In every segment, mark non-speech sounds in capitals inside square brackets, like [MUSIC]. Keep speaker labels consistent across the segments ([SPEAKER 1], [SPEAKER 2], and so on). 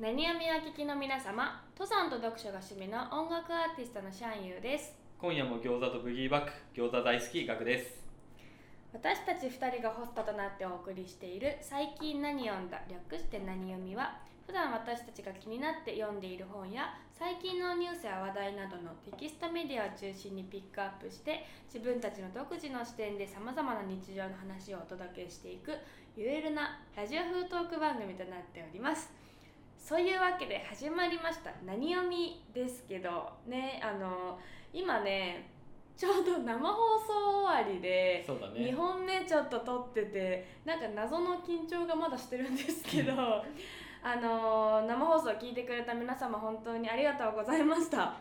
[SPEAKER 1] ベニヤミヤ聞きの皆様登山と読書が趣味の音楽アーティストのシャンユーです
[SPEAKER 2] 今夜も餃子とブギーバック餃子大好きガクです
[SPEAKER 1] 私たち2人がホストとなってお送りしている「最近何読んだ?」略して「何読みは」普段私たちが気になって読んでいる本や最近のニュースや話題などのテキストメディアを中心にピックアップして自分たちの独自の視点でさまざまな日常の話をお届けしていくゆえるなラジオ風トーク番組となっております。そういうわけで始まりました「何読み」ですけどねあの今ねちょうど生放送終わりで
[SPEAKER 2] そうだね
[SPEAKER 1] 2本目ちょっと撮っててなんか謎の緊張がまだしてるんですけどあのー生放送を聞いてくれた皆様本当にありがとうございました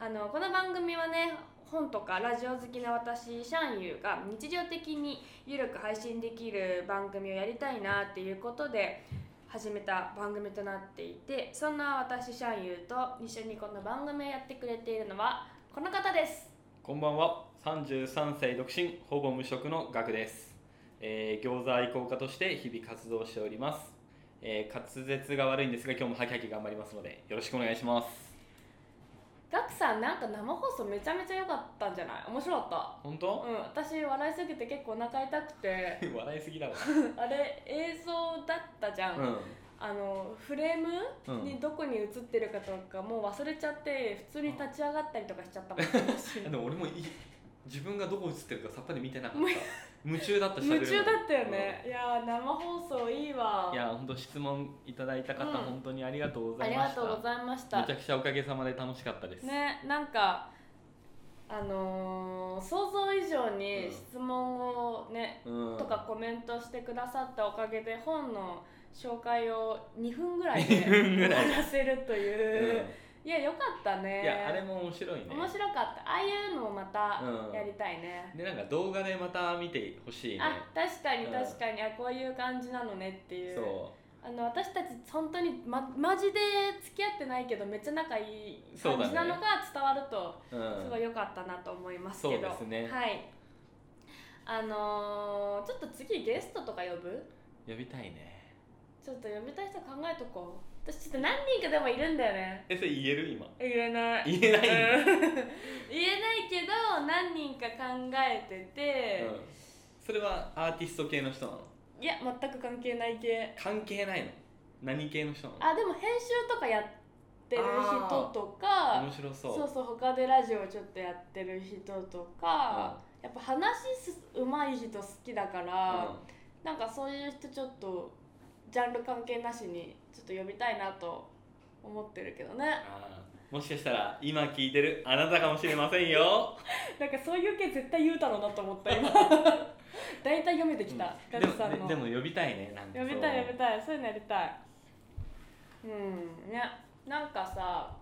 [SPEAKER 1] あのこの番組はね本とかラジオ好きな私シャンユーが日常的にゆるく配信できる番組をやりたいなっていうことで始めた番組となっていてそんな私シャンユーと一緒にこの番組をやってくれているのはこの方です
[SPEAKER 2] こんばんは33歳独身ほぼ無職のガクです、えー、餃子愛好家として日々活動しております、えー、滑舌が悪いんですが今日もハキハキ頑張りますのでよろしくお願いします
[SPEAKER 1] ガクさんなんか生放送めちゃめちゃ良かったんじゃない面白か
[SPEAKER 2] 本
[SPEAKER 1] ったう
[SPEAKER 2] 当、
[SPEAKER 1] ん私笑いすぎて結構お腹痛くて
[SPEAKER 2] [LAUGHS] 笑いす
[SPEAKER 1] [LAUGHS]
[SPEAKER 2] ぎだわ
[SPEAKER 1] あれ映像だったじゃん、
[SPEAKER 2] うん
[SPEAKER 1] あのフレー
[SPEAKER 2] う
[SPEAKER 1] ム
[SPEAKER 2] ん
[SPEAKER 1] にどこに映ってるかとかもう忘れちゃって普通に立ち上がったりとかしちゃったもん私
[SPEAKER 2] でも俺もい自分がどこ映ってるかさっぱり見てなかった夢中だった喋るの
[SPEAKER 1] 夢中だったよね、いやー生放送いいわ
[SPEAKER 2] うんいや本当質問いただいた方、
[SPEAKER 1] うん
[SPEAKER 2] 本当にありがとうござ
[SPEAKER 1] あ
[SPEAKER 2] い
[SPEAKER 1] り
[SPEAKER 2] ま
[SPEAKER 1] が
[SPEAKER 2] した
[SPEAKER 1] とうございました
[SPEAKER 2] めちゃくちゃおかげさまで楽しかったです、
[SPEAKER 1] ねなんかあのー想像以上に質問をね、
[SPEAKER 2] うん
[SPEAKER 1] とかコメントしてくださったおかげで本の紹介を2分ぐらい
[SPEAKER 2] [LAUGHS]
[SPEAKER 1] で
[SPEAKER 2] 2分ぐらい
[SPEAKER 1] 終わらせるという、い
[SPEAKER 2] う
[SPEAKER 1] やよかったね
[SPEAKER 2] ん、いやあれも面白いね
[SPEAKER 1] 面白かったああいうのもまた
[SPEAKER 2] うん
[SPEAKER 1] やりたいね、
[SPEAKER 2] でなんか動画でまた見てほしいね
[SPEAKER 1] あ確かに
[SPEAKER 2] うん
[SPEAKER 1] 確かに、あこういう感じなのねっていう
[SPEAKER 2] そ
[SPEAKER 1] あの私たち本当に、ま、マジで付き合ってないけどめっちゃ仲いい
[SPEAKER 2] そう
[SPEAKER 1] 感
[SPEAKER 2] だ
[SPEAKER 1] じ
[SPEAKER 2] ね
[SPEAKER 1] なのが伝わると
[SPEAKER 2] う、うん、
[SPEAKER 1] すごい良かったなと思いますけど、
[SPEAKER 2] そうですね
[SPEAKER 1] はいあのーちょっと次ゲストとか呼ぶ
[SPEAKER 2] 呼びたいね
[SPEAKER 1] ちょっと呼びたい人考えとこう私ちょっと何人かでもいるんだよね
[SPEAKER 2] えそれ言える
[SPEAKER 1] [LAUGHS]
[SPEAKER 2] 今
[SPEAKER 1] 言えない
[SPEAKER 2] 言えな
[SPEAKER 1] う
[SPEAKER 2] いんだ
[SPEAKER 1] ん言えないけど何人か考えてて、
[SPEAKER 2] うん、それはアーティスト系の人なの
[SPEAKER 1] いや全く関係ない系
[SPEAKER 2] 関係ないの何系の人な
[SPEAKER 1] あでも編集とかやってる人とか
[SPEAKER 2] の面白そう
[SPEAKER 1] そうそう他でラジオちょっとやってる人とか、やっぱ話すうまい人好きだから、なんかそういう人ちょっとジャンル関係なしにちょっと呼びたいなと思ってるけどね
[SPEAKER 2] あーもしかしたら今聞いてるあなたかもしれません
[SPEAKER 1] [LAUGHS]
[SPEAKER 2] よ
[SPEAKER 1] なんかそういう系絶対言うたろうなと思った
[SPEAKER 2] [LAUGHS]
[SPEAKER 1] 今大体読めてきた、
[SPEAKER 2] うん
[SPEAKER 1] ガ
[SPEAKER 2] で
[SPEAKER 1] ク
[SPEAKER 2] も
[SPEAKER 1] さんの
[SPEAKER 2] ででも呼びたいねなんか
[SPEAKER 1] やめたいやめたいそういうのやりたいうんねなんかさ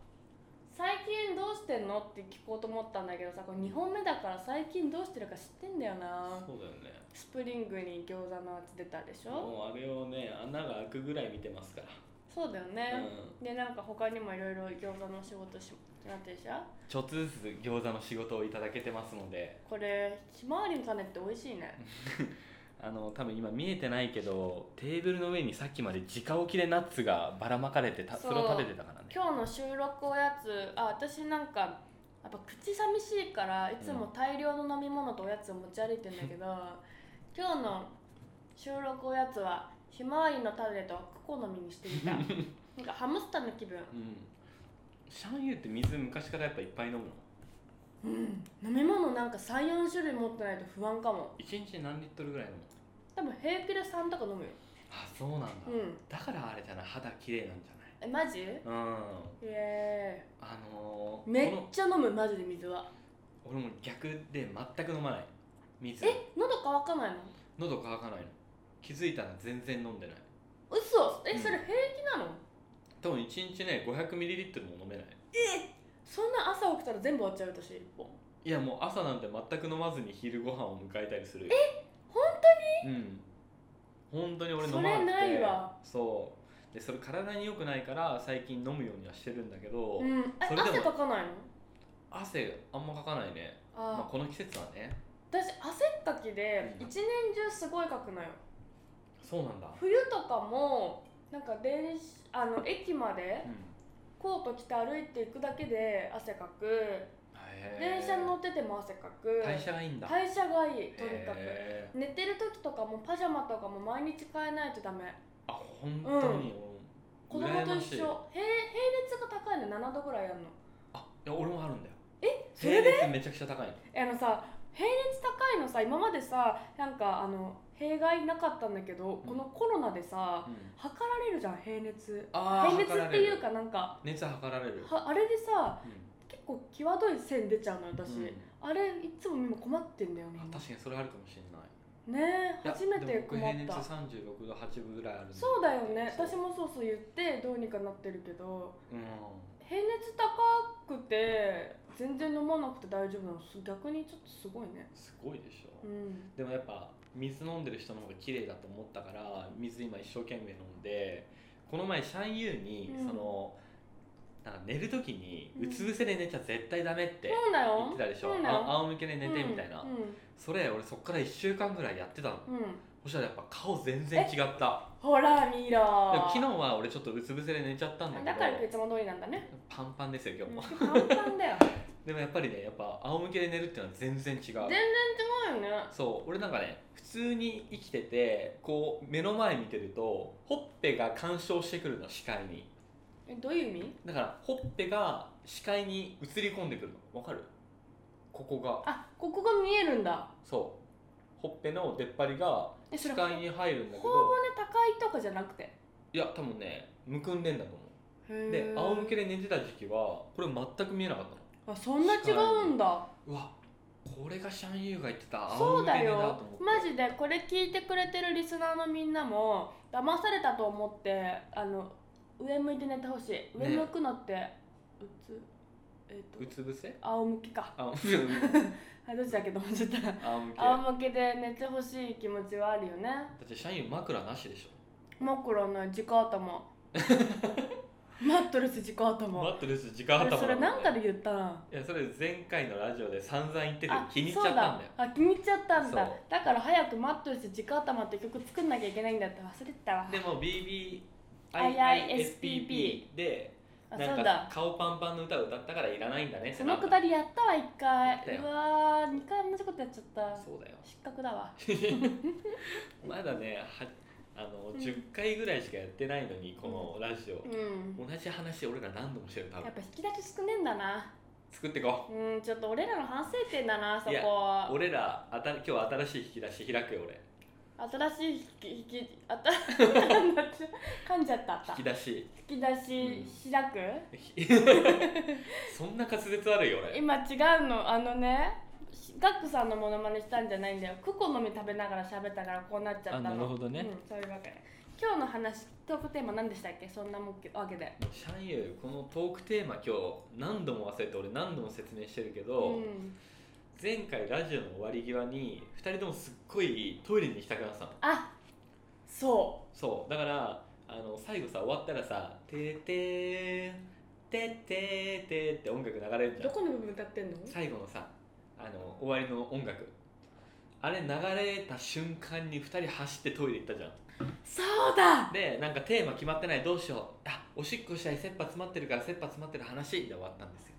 [SPEAKER 1] 最近どうしてんのって聞こうと思ったんだけどさこれ2本目だから最近どうしてるか知ってんだよな
[SPEAKER 2] そうだよね
[SPEAKER 1] スプリングに餃子のやつ出たでしょ
[SPEAKER 2] もうあれをね穴が開くぐらい見てますから
[SPEAKER 1] そうだよね、でなんか他にもいろいろ餃子の仕事しなってるでしょ
[SPEAKER 2] ちょっとずつ餃子の仕事をいただけてますので
[SPEAKER 1] これひまわりの種って美味しいね
[SPEAKER 2] あの多分今見えてないけどテーブルの上にさっきまで直置きでナッツがばらまかれてた
[SPEAKER 1] そ
[SPEAKER 2] そうれを食べてたからね
[SPEAKER 1] 今日の収録おやつあ私なんかやっぱ口寂しいからいつも大量の飲み物とおやつを持ち歩いてんだけど、今日の収録おやつはひまわりの種とクコの実にしてみ
[SPEAKER 2] [LAUGHS]
[SPEAKER 1] たなんかハムスターの気分
[SPEAKER 2] うんシャンユーって水昔からやっぱいっぱい飲むの
[SPEAKER 1] 飲み物なんか34種類持ってないと不安かも
[SPEAKER 2] 1日何リットルぐらい飲むの
[SPEAKER 1] 多分平気で3とか飲むよ
[SPEAKER 2] あそうなんだ、
[SPEAKER 1] うん
[SPEAKER 2] だからあれじゃない肌綺麗なんじゃな
[SPEAKER 1] えマ
[SPEAKER 2] い
[SPEAKER 1] ジイ
[SPEAKER 2] うん
[SPEAKER 1] エ
[SPEAKER 2] あの
[SPEAKER 1] ーイ
[SPEAKER 2] ー、
[SPEAKER 1] め
[SPEAKER 2] こ
[SPEAKER 1] っ
[SPEAKER 2] の
[SPEAKER 1] ちゃ飲むマジで水は
[SPEAKER 2] 俺も逆で全く飲まない水
[SPEAKER 1] え喉乾かないの
[SPEAKER 2] 喉乾かないの気づいたら全然飲んでない
[SPEAKER 1] 嘘
[SPEAKER 2] う
[SPEAKER 1] え
[SPEAKER 2] ん
[SPEAKER 1] それ平気なの、
[SPEAKER 2] 多分1日ね500ミリリットルも飲めない
[SPEAKER 1] そんな朝起きたら全部終わっちゃう私1本
[SPEAKER 2] いやもう朝なんて全く飲まずに昼ご飯を迎えたりする
[SPEAKER 1] 本
[SPEAKER 2] 当にうん本当に俺飲
[SPEAKER 1] そ
[SPEAKER 2] ま
[SPEAKER 1] れ
[SPEAKER 2] なくて
[SPEAKER 1] ないわ
[SPEAKER 2] そうでそれ体に良くないから最近飲むようにはしてるんだけど、
[SPEAKER 1] うん、え
[SPEAKER 2] それでも
[SPEAKER 1] 汗かかないの
[SPEAKER 2] 汗あんまかかないねまあ
[SPEAKER 1] あー、
[SPEAKER 2] この季節はね
[SPEAKER 1] 私汗っかきで
[SPEAKER 2] うん
[SPEAKER 1] 一年中すごいかくないよ
[SPEAKER 2] そうなんだ
[SPEAKER 1] 冬とかもなんか電子あの駅までコート着て歩いていくだけで汗かく
[SPEAKER 2] へー
[SPEAKER 1] 電車に乗ってても汗かく
[SPEAKER 2] 代謝がいいんだ
[SPEAKER 1] 代謝がいいとにかく
[SPEAKER 2] へー
[SPEAKER 1] 寝てる時とかもパジャマとかも毎日変えないとダメ
[SPEAKER 2] あ本当に、
[SPEAKER 1] 子供
[SPEAKER 2] 俺
[SPEAKER 1] と一緒
[SPEAKER 2] 羨ま
[SPEAKER 1] 平
[SPEAKER 2] しい
[SPEAKER 1] 平熱が高いの7度ぐらいあるの
[SPEAKER 2] あいや俺もあるんだよ
[SPEAKER 1] えそれ
[SPEAKER 2] 平
[SPEAKER 1] で
[SPEAKER 2] 熱めちゃくちゃ高いの
[SPEAKER 1] あのさ平熱高いのさ今までさなんかあの弊害なかったんだけど、
[SPEAKER 2] うん
[SPEAKER 1] このコロナでさ
[SPEAKER 2] うん
[SPEAKER 1] 測られるじゃん平熱
[SPEAKER 2] あ
[SPEAKER 1] 平熱
[SPEAKER 2] ー
[SPEAKER 1] っていう
[SPEAKER 2] 測られる
[SPEAKER 1] かなんか
[SPEAKER 2] 熱測られる
[SPEAKER 1] はあれでさ
[SPEAKER 2] うん
[SPEAKER 1] 結構際どい線出ちゃうの私、
[SPEAKER 2] うん
[SPEAKER 1] あれいつも今困ってんだよね
[SPEAKER 2] あ確かにそれあるかもしれない
[SPEAKER 1] ねえ
[SPEAKER 2] いや
[SPEAKER 1] 初めて
[SPEAKER 2] で
[SPEAKER 1] 困
[SPEAKER 2] も
[SPEAKER 1] っ
[SPEAKER 2] 僕平
[SPEAKER 1] た
[SPEAKER 2] 熱36度8分ぐらいあるん
[SPEAKER 1] そうだよね
[SPEAKER 2] そう
[SPEAKER 1] 私もそうそう言ってどうにかなってるけど
[SPEAKER 2] うん
[SPEAKER 1] 平熱高くて全然飲まなくて大丈夫なのす逆にちょっとすごいね
[SPEAKER 2] すごいでしょ、
[SPEAKER 1] うん
[SPEAKER 2] でもやっぱ水飲んでる人の方が綺麗だと思ったから水今一生懸命飲んでこの前シャンユーに、
[SPEAKER 1] うん
[SPEAKER 2] そのなんか寝る時に
[SPEAKER 1] うん
[SPEAKER 2] うつ伏せで寝ちゃ絶対ダメって
[SPEAKER 1] そうだ
[SPEAKER 2] 言っ
[SPEAKER 1] よ
[SPEAKER 2] てたでしょ、
[SPEAKER 1] そうだよ
[SPEAKER 2] あ仰向けで寝てみたいな、
[SPEAKER 1] うん
[SPEAKER 2] それ俺そっから1週間ぐらいやってたの
[SPEAKER 1] うんうん
[SPEAKER 2] そしたらやっぱ顔全然違った
[SPEAKER 1] ほら見
[SPEAKER 2] で
[SPEAKER 1] ろ
[SPEAKER 2] も昨日は俺ちょっとうつ伏せで寝ちゃったんだけど
[SPEAKER 1] だからいつも通りなんだね
[SPEAKER 2] パンパンですよ今日も、
[SPEAKER 1] 簡単
[SPEAKER 2] [LAUGHS]
[SPEAKER 1] だよ
[SPEAKER 2] でもやっぱりねやっぱ仰向けで寝るっていうのは全然違う
[SPEAKER 1] 全然違うよね
[SPEAKER 2] そう俺なんかね普通に生きててこう目の前見てるとほっぺが干渉してくるの視界に
[SPEAKER 1] えどういう意味
[SPEAKER 2] だからほっぺが視界に映り込んでくるのわかるここが
[SPEAKER 1] あここが見えるんだ
[SPEAKER 2] そうほっぺの出っ張りが
[SPEAKER 1] えそ
[SPEAKER 2] 視
[SPEAKER 1] れ
[SPEAKER 2] 界に入るんだけ
[SPEAKER 1] 頬
[SPEAKER 2] ど
[SPEAKER 1] 骨高いとかじゃなくて
[SPEAKER 2] いや多分ねむくんでんだと思う
[SPEAKER 1] で
[SPEAKER 2] で仰向けで寝てた時期はこれ全く見えなかったの
[SPEAKER 1] あそんな違うんだ
[SPEAKER 2] うわこれがシャンユーが言ってた仰
[SPEAKER 1] そ
[SPEAKER 2] 向
[SPEAKER 1] う
[SPEAKER 2] け
[SPEAKER 1] だ
[SPEAKER 2] 寝だ
[SPEAKER 1] よ
[SPEAKER 2] と思って
[SPEAKER 1] マジでこれ聞いてくれてるリスナーのみんなも騙されたと思ってあの上向いて寝てほしい上向くのって、うつえっ、
[SPEAKER 2] う
[SPEAKER 1] と
[SPEAKER 2] つ伏せ
[SPEAKER 1] 仰向けか
[SPEAKER 2] あ
[SPEAKER 1] あどっちだっけど忘れた
[SPEAKER 2] 仰向けだ
[SPEAKER 1] 仰向けで寝てほしい気持ちはあるよね
[SPEAKER 2] ってシャンユー枕なしでしょ
[SPEAKER 1] 枕ない直
[SPEAKER 2] [LAUGHS]
[SPEAKER 1] 頭マットレス直
[SPEAKER 2] マ
[SPEAKER 1] 頭
[SPEAKER 2] ットレス時間
[SPEAKER 1] あ
[SPEAKER 2] 頭
[SPEAKER 1] れそれなんか
[SPEAKER 2] い
[SPEAKER 1] で言ったな
[SPEAKER 2] やそれ前回のラジオで散々言ってて
[SPEAKER 1] あ
[SPEAKER 2] 気に入っちゃったんだよ
[SPEAKER 1] そうだあ気に入っちゃったんだ
[SPEAKER 2] そう
[SPEAKER 1] だから早くマットレス直頭って曲作んなきゃいけないんだって忘れてたわ
[SPEAKER 2] でも BBIISPP
[SPEAKER 1] IISPP
[SPEAKER 2] で
[SPEAKER 1] あ
[SPEAKER 2] な
[SPEAKER 1] そ
[SPEAKER 2] ん
[SPEAKER 1] う
[SPEAKER 2] か
[SPEAKER 1] だ
[SPEAKER 2] 顔パンパンの歌を歌ったからいらないんだねって
[SPEAKER 1] その
[SPEAKER 2] なった
[SPEAKER 1] くだりやったわ一
[SPEAKER 2] やった
[SPEAKER 1] 回
[SPEAKER 2] よ
[SPEAKER 1] うわー二回同じことやっちゃった
[SPEAKER 2] そうだよ [LAUGHS]
[SPEAKER 1] 失格だわ
[SPEAKER 2] まだねはあの、
[SPEAKER 1] うん
[SPEAKER 2] 10回ぐらいしかやってないのにこのラジオ、
[SPEAKER 1] うん
[SPEAKER 2] 同じ話俺ら何度もしてる多
[SPEAKER 1] や
[SPEAKER 2] 分
[SPEAKER 1] っぱ引き出し少ねえんだな
[SPEAKER 2] 作ってこ
[SPEAKER 1] うんちょっと俺らの反省点だなそ
[SPEAKER 2] いやう
[SPEAKER 1] こ
[SPEAKER 2] 俺らあた今日は新しい引き出し開くよ俺
[SPEAKER 1] 新しい引き引きあた噛んじゃった
[SPEAKER 2] 引き出し
[SPEAKER 1] 引き出し開く、
[SPEAKER 2] ひ [LAUGHS] そんな滑舌悪いよ俺
[SPEAKER 1] 今違うのあのねしガックさんのモノマネしたんじゃないんだよクコの実食べながら喋ったからこうなっちゃったの
[SPEAKER 2] あなるほどね
[SPEAKER 1] うん、そういうわけ今日の話トークテーマ何でしたっけそんなもんけわけで
[SPEAKER 2] シャンユーこのトークテーマ今日何度も忘れて俺何度も説明してるけど、
[SPEAKER 1] うん、
[SPEAKER 2] 前回ラジオの終わり際に2人ともすっごいトイレに行きたくなってたの
[SPEAKER 1] あそ
[SPEAKER 2] そうだからあの最後さ終わったらさ「てーてーてーてーてー」って音楽流れる
[SPEAKER 1] う
[SPEAKER 2] じゃ
[SPEAKER 1] ど
[SPEAKER 2] ん
[SPEAKER 1] この部分歌ってんの
[SPEAKER 2] 最後のさあの終わりの音楽あれ流れた瞬間に2人走ってトイレ行ったじゃん
[SPEAKER 1] そうだ
[SPEAKER 2] でなんかテーマ決まってないどうしようあおしっこしたい切羽詰まってるから切羽詰まってる話で終わったんですよ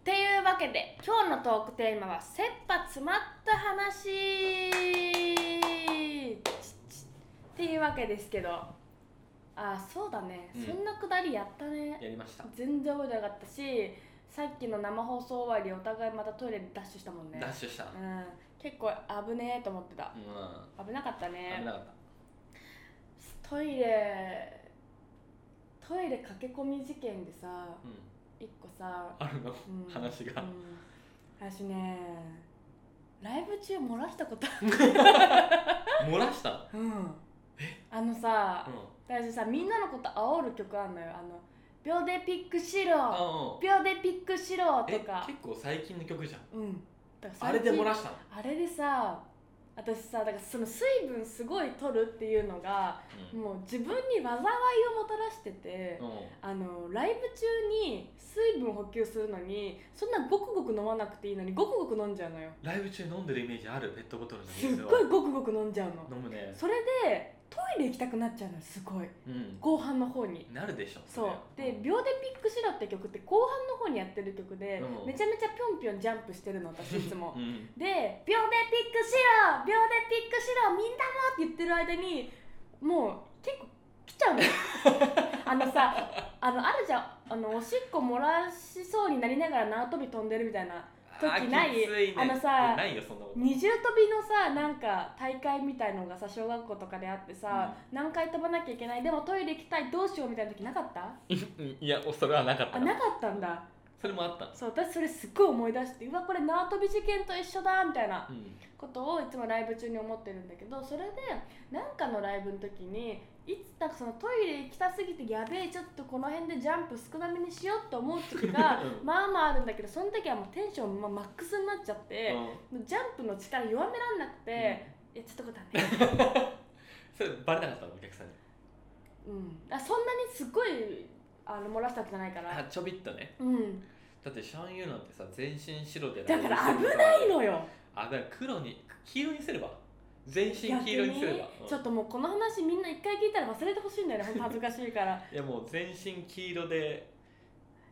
[SPEAKER 1] っていうわけで今日のトークテーマは切羽詰まった話っていうわけですけどあそうだね、
[SPEAKER 2] うん
[SPEAKER 1] そんなくだりやったね
[SPEAKER 2] やりました
[SPEAKER 1] 全然覚えてなかったしさっきの生放送終わりお互いまたトイレでダッシュしたもんね
[SPEAKER 2] ダッシュした、
[SPEAKER 1] うん結構危ねえと思ってた
[SPEAKER 2] うん
[SPEAKER 1] 危なかったね
[SPEAKER 2] 危なかった
[SPEAKER 1] トイレトイレ駆け込み事件でさ
[SPEAKER 2] うん
[SPEAKER 1] 一個さ、
[SPEAKER 2] あるの
[SPEAKER 1] うん
[SPEAKER 2] 話が
[SPEAKER 1] うん私ねライブ中漏らしたことある
[SPEAKER 2] 漏らしたの
[SPEAKER 1] うんあのさ
[SPEAKER 2] うん
[SPEAKER 1] 私さみんなのこと煽る曲あんのよあの秒でピックし
[SPEAKER 2] あ
[SPEAKER 1] ろ
[SPEAKER 2] うん
[SPEAKER 1] 秒でピックしろと
[SPEAKER 2] え
[SPEAKER 1] か
[SPEAKER 2] 結構最近の曲じゃん
[SPEAKER 1] うんだから最
[SPEAKER 2] あれで
[SPEAKER 1] 近
[SPEAKER 2] 漏らしたの、
[SPEAKER 1] あれでさ私さだからその水分すごい取るっていうのが
[SPEAKER 2] うん
[SPEAKER 1] もう自分に災いをもたらしてて、
[SPEAKER 2] うん
[SPEAKER 1] あのライブ中に水分補給するのにそんなごくごく飲まなくていいのにごくごく飲んじゃうのよ
[SPEAKER 2] ライブ中飲んでるイメージあるペットボトルの
[SPEAKER 1] すっ
[SPEAKER 2] 水を
[SPEAKER 1] ごいごくごく飲んじゃうの
[SPEAKER 2] 飲むね
[SPEAKER 1] それでトイレ行きたくなっちゃうのよすごい
[SPEAKER 2] うん
[SPEAKER 1] 後半の方に
[SPEAKER 2] なるでしょ
[SPEAKER 1] そう
[SPEAKER 2] れ
[SPEAKER 1] で「秒でピックしろ」って曲って後半の方にやってる曲で、
[SPEAKER 2] うん
[SPEAKER 1] めちゃめちゃぴょんぴょんジャンプしてるの私いつも
[SPEAKER 2] うん
[SPEAKER 1] で「秒でピックしろ秒でピックしろみんなも!」って言ってる間にもう結構来ち
[SPEAKER 2] [LAUGHS]
[SPEAKER 1] ゃうのよあのさあのあるじゃんあのおしっこ漏らしそうになりながら縄跳び飛んでるみたいな時
[SPEAKER 2] あー
[SPEAKER 1] ない
[SPEAKER 2] きつね
[SPEAKER 1] あのさ
[SPEAKER 2] ないよそんなこと
[SPEAKER 1] 二重跳びのさなんか大会みたいのがさ小学校とかであってさ、何回飛ばなきゃいけないでもトイレ行きたいどうしようみたいな時なかった
[SPEAKER 2] うんいやそれはなかった
[SPEAKER 1] あ
[SPEAKER 2] な
[SPEAKER 1] なかったんだ
[SPEAKER 2] それもあった
[SPEAKER 1] そう私それすっごい思い出してうわこれ縄跳び事件と一緒だみたいな
[SPEAKER 2] うん
[SPEAKER 1] ことをいつもライブ中に思ってるんだけどそれでなんかのライブの時にいつなんかそのトイレ行きたすぎてやべえちょっとこの辺でジャンプ少なめにしようって思う時が
[SPEAKER 2] [LAUGHS] うん
[SPEAKER 1] まあまああるんだけどその時はもうテンションまマックスになっちゃって、ジャンプの力弱めらんなく
[SPEAKER 2] うん
[SPEAKER 1] て、いやちょっとこだね、
[SPEAKER 2] それバレなかったのお客さんに
[SPEAKER 1] うん、あそんなにすごいあの漏らしたわけじゃないか
[SPEAKER 2] あ
[SPEAKER 1] ら
[SPEAKER 2] ちょびっとね
[SPEAKER 1] うん
[SPEAKER 2] だってシャンユーなんてさ全身白で
[SPEAKER 1] だから
[SPEAKER 2] ライブしてる
[SPEAKER 1] いいのよ
[SPEAKER 2] あだから黒に黄色にすれば全身黄色にすれば、
[SPEAKER 1] 逆
[SPEAKER 2] う
[SPEAKER 1] に
[SPEAKER 2] ん
[SPEAKER 1] ちょっともうこの話みんな一回聞いたら忘れてほしいんだよねほんと恥ずかしい
[SPEAKER 2] [LAUGHS]
[SPEAKER 1] から
[SPEAKER 2] いやもう全身黄色で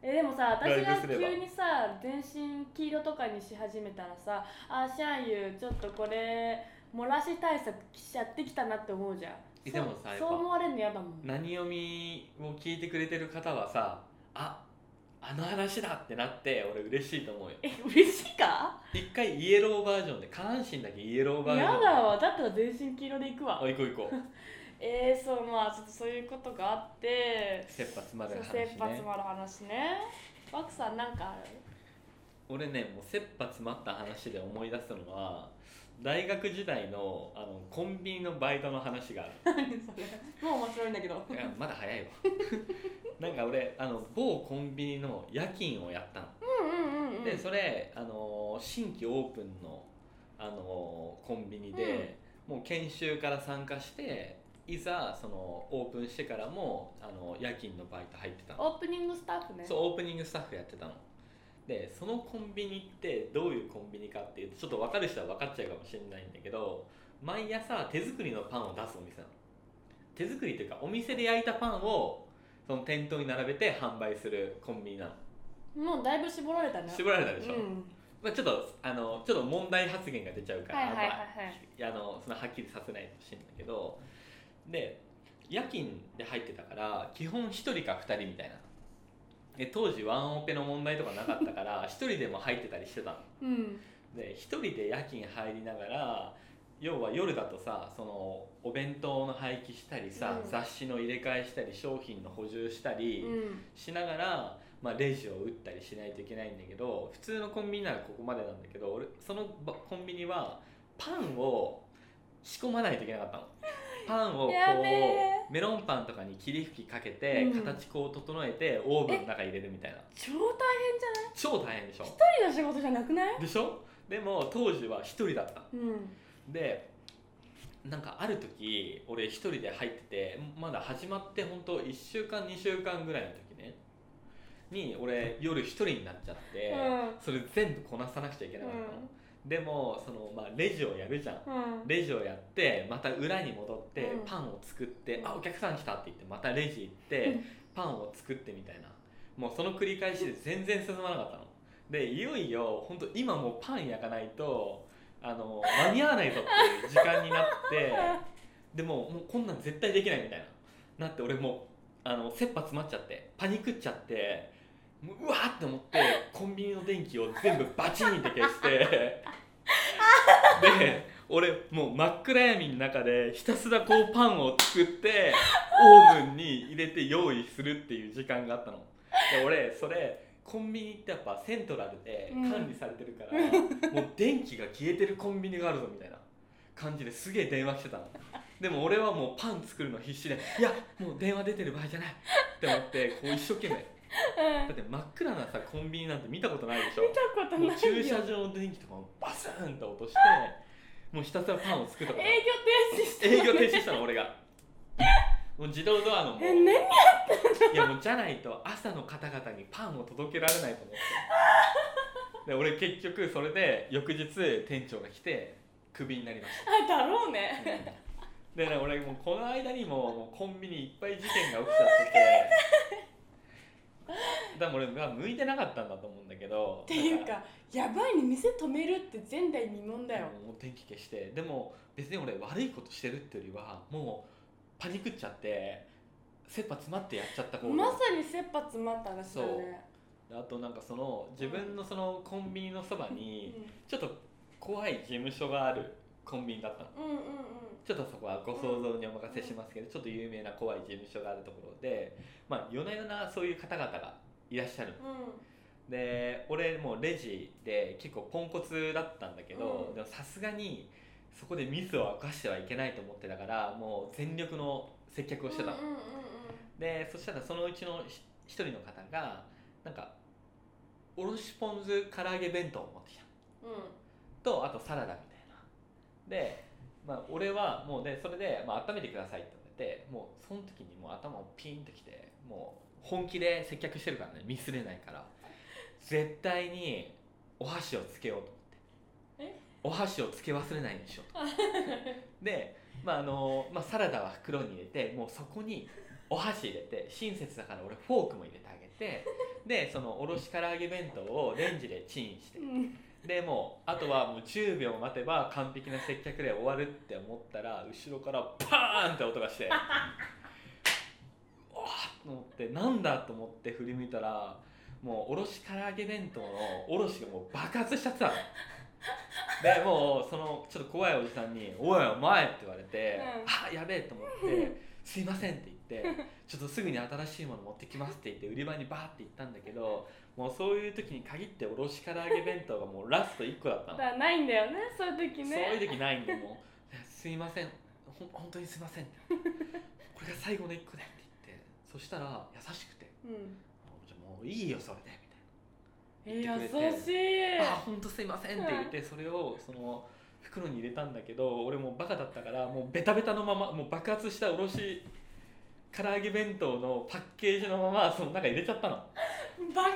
[SPEAKER 1] えでもさ
[SPEAKER 2] ラ
[SPEAKER 1] 私
[SPEAKER 2] イブ
[SPEAKER 1] が
[SPEAKER 2] すれば
[SPEAKER 1] 急にさ全身黄色とかにし始めたらさあシャンユーちょっとこれ漏らし対策しちゃってきたなって思うじゃん
[SPEAKER 2] え
[SPEAKER 1] そう
[SPEAKER 2] でもさやっぱ
[SPEAKER 1] そう思われるの嫌だもん
[SPEAKER 2] 何読みを聞いてくれてる方はさああの話だってなって俺嬉しいと思うよ
[SPEAKER 1] え嬉しいか
[SPEAKER 2] 一回イエローバージョンで下半身だけイエローバージョ
[SPEAKER 1] 嫌
[SPEAKER 2] ン
[SPEAKER 1] だわだったら全身黄色でいくわ
[SPEAKER 2] おいこういこう
[SPEAKER 1] えー、そうまあちょっとそういうことがあって
[SPEAKER 2] 切羽詰ま
[SPEAKER 1] そ
[SPEAKER 2] る
[SPEAKER 1] う
[SPEAKER 2] 話
[SPEAKER 1] 切羽
[SPEAKER 2] ね
[SPEAKER 1] 詰まる話ねワクさんなんかある
[SPEAKER 2] 俺ねもう切羽詰まった話で思い出すのは大学時代のあのコンビニのバイトの話がある
[SPEAKER 1] [LAUGHS] 何それもう面白いんだけど
[SPEAKER 2] いやまだ早いわ [LAUGHS] なんか俺あの某コンビニの夜勤をやったの、
[SPEAKER 1] うんうんうんうん
[SPEAKER 2] でそれあのー新規オープンのあのーコンビニで、もう研修から参加していざそのオープンしてからもあの夜勤のバイト入ってたの
[SPEAKER 1] オープニングスタッフね
[SPEAKER 2] そうオープニングスタッフやってたのでそのコンビニってどういうコンビニかっていうとちょっと分かる人は分かっちゃうかもしれないんだけど毎朝手作りのパンを出すお店なの手作りというかお店で焼いたパンをその店頭に並べて販売するコンビニなの
[SPEAKER 1] もうだいぶ絞られたね
[SPEAKER 2] 絞られたでしょ、
[SPEAKER 1] うん
[SPEAKER 2] まあ、ちょっとあのちょっと問題発言が出ちゃうから、
[SPEAKER 1] はいはいはいはい
[SPEAKER 2] まああのそのはっきりさせないでほしいんだけどで夜勤で入ってたから基本1人か2人みたいなで当時ワンオペの問題とかなかったから
[SPEAKER 1] [LAUGHS]
[SPEAKER 2] 1人でも入ってたりしてたの
[SPEAKER 1] うん
[SPEAKER 2] で1人で夜勤入りながら要は夜だとさそのお弁当の廃棄したりさ、
[SPEAKER 1] うん
[SPEAKER 2] 雑誌の入れ替えしたり商品の補充したり、
[SPEAKER 1] うん
[SPEAKER 2] しながら、まあ、レジを打ったりしないといけないんだけど普通のコンビニならここまでなんだけど俺そのばコンビニはパンを仕込まないといけなかったの。パンをこ
[SPEAKER 1] やべえ
[SPEAKER 2] うメロンパンとかに霧吹きかけて
[SPEAKER 1] うん
[SPEAKER 2] 形こう整えてオーブンの中に入れるみたいな、
[SPEAKER 1] 超大変じゃない
[SPEAKER 2] 超大変でしょ
[SPEAKER 1] 一人の仕事じゃなくない
[SPEAKER 2] でしょでも当時は1人だったの
[SPEAKER 1] うん
[SPEAKER 2] でなんかある時俺一人で入っててまだ始まってほんと1週間2週間ぐらいの時ねに俺夜一人になっちゃって、
[SPEAKER 1] うん
[SPEAKER 2] それ全部こなさなくちゃいけなかったの、でもその、まあ、レジをやるじゃん
[SPEAKER 1] うん
[SPEAKER 2] レジをやってまた裏に戻って、
[SPEAKER 1] うん
[SPEAKER 2] パンを作って、
[SPEAKER 1] うん
[SPEAKER 2] あお客さん来たって言ってまたレジ行って、
[SPEAKER 1] うん
[SPEAKER 2] パンを作ってみたいなもうその繰り返しで全然進まなかったのでいよいよ本当今もうパン焼かないとあの間に合わないぞっていう時間に
[SPEAKER 1] [LAUGHS]
[SPEAKER 2] なってでもうもうこんなん絶対できないみたいななって俺もうあの切羽詰まっちゃってパニクっちゃってもううわーって思ってコンビニの電気を全部バチンって消してで俺もう真っ暗闇の中でひたすらこうパンを作ってオーブンに入れて用意するっていう時間があったので俺それコンビニってやっぱセントラルで管理されてるから、もう電気が消えてるコンビニがあるぞみたいな感じですげえ電話してたのでも俺はもうパン作るの必死でいやもう電話出てる場合じゃないって思ってこう一生懸命だって真っ暗なさコンビニなんて見たことないでしょ
[SPEAKER 1] 見たことない
[SPEAKER 2] も
[SPEAKER 1] よ
[SPEAKER 2] う駐車場の電気とかもバスーンと落としてもうひたすらパンを作ったから
[SPEAKER 1] 営業停止して
[SPEAKER 2] 営業停止したの俺
[SPEAKER 1] [LAUGHS]
[SPEAKER 2] がもう自動ドアのもう
[SPEAKER 1] え何
[SPEAKER 2] いやもうじゃないと朝の方々にパンを届けられないと思ってで俺結局それで翌日店長が来てクビになりまし
[SPEAKER 1] あだろう
[SPEAKER 2] た、
[SPEAKER 1] ね
[SPEAKER 2] でね俺もうこの間にももうコンビニいっぱい事件が起きちゃっててだから俺が向いてなかったんだと思うんだけど
[SPEAKER 1] ていう
[SPEAKER 2] なん
[SPEAKER 1] かやばいね店止めるって前代未聞だよ
[SPEAKER 2] もう天気消してでも別に俺悪いことしてるってよりはもうパニクっちゃって切羽詰まってやっちゃった行動
[SPEAKER 1] まさに切羽詰まった話だね
[SPEAKER 2] あとなんかその自分のそのコンビニのそば
[SPEAKER 1] う
[SPEAKER 2] に
[SPEAKER 1] ん
[SPEAKER 2] ちょっと怖い事務所があるコンビニだったの
[SPEAKER 1] うんうん
[SPEAKER 2] ちょっとそこはご想像にお任せしますけど、ちょっと有名な怖い事務所があるところで、まあ、夜な夜なそういう方々がいらっしゃるの
[SPEAKER 1] うん
[SPEAKER 2] で俺もうレジで結構ポンコツだったんだけど、
[SPEAKER 1] うん
[SPEAKER 2] でもさすがにそこでミスを犯してはいけないと思ってたからもう全力の接客をしてたの、
[SPEAKER 1] うんうんうん
[SPEAKER 2] でそしたらそのうちのひ一人の方がなんかおろしポン酢唐揚げ弁当を持ってきた
[SPEAKER 1] うんうん
[SPEAKER 2] とあとサラダみたいなで、まあ、俺はもうねそれで、まあ温めてくださいって言われてもうその時にもう頭をピンときてもう本気で接客してるからねミスれないから絶対にお箸をつけようと思って
[SPEAKER 1] え
[SPEAKER 2] お箸をつけ忘れないようにしようとで、まああのまあ、サラダは袋に入れてもうそこにお箸入れて親切だから俺フォークも入れてあげてでそのおろし唐揚げ弁当をレンジでチンして
[SPEAKER 1] うん
[SPEAKER 2] でもうあとはもう10秒待てば完璧な接客で終わるって思ったら後ろからパーンって音がしてうわーっと思ってなんだと思って振り向いたらもうおろし唐揚げ弁当のおろしがもう爆発しちゃってたのでもうそのちょっと怖いおじさんに「おいお前!」って言われて
[SPEAKER 1] うん
[SPEAKER 2] 「あやべえ!」と思って「すいません」って言って「ちょっとすぐに新しいもの持ってきます」って言って売り場にバーって行ったんだけどもうそういう時に限っておろし唐揚げ弁当がもうラスト1個だっ
[SPEAKER 1] だ
[SPEAKER 2] たの
[SPEAKER 1] か。らないんだよねそういう時ね
[SPEAKER 2] そういう時ないんでもう「すいませんほん本当にすいません」これが最後の1個だ」って言ってそしたら優しくて
[SPEAKER 1] うん
[SPEAKER 2] 「じゃあもういいよそれで」み
[SPEAKER 1] え優
[SPEAKER 2] 言ってくれて
[SPEAKER 1] しい
[SPEAKER 2] たいな「あ本当すいません」って言ってそれをその袋に入れたんだけど俺もうバカだったからもうベタベタのままもう爆発したおろし唐揚げ弁当のパッケージのままその中入れちゃったの
[SPEAKER 1] バカ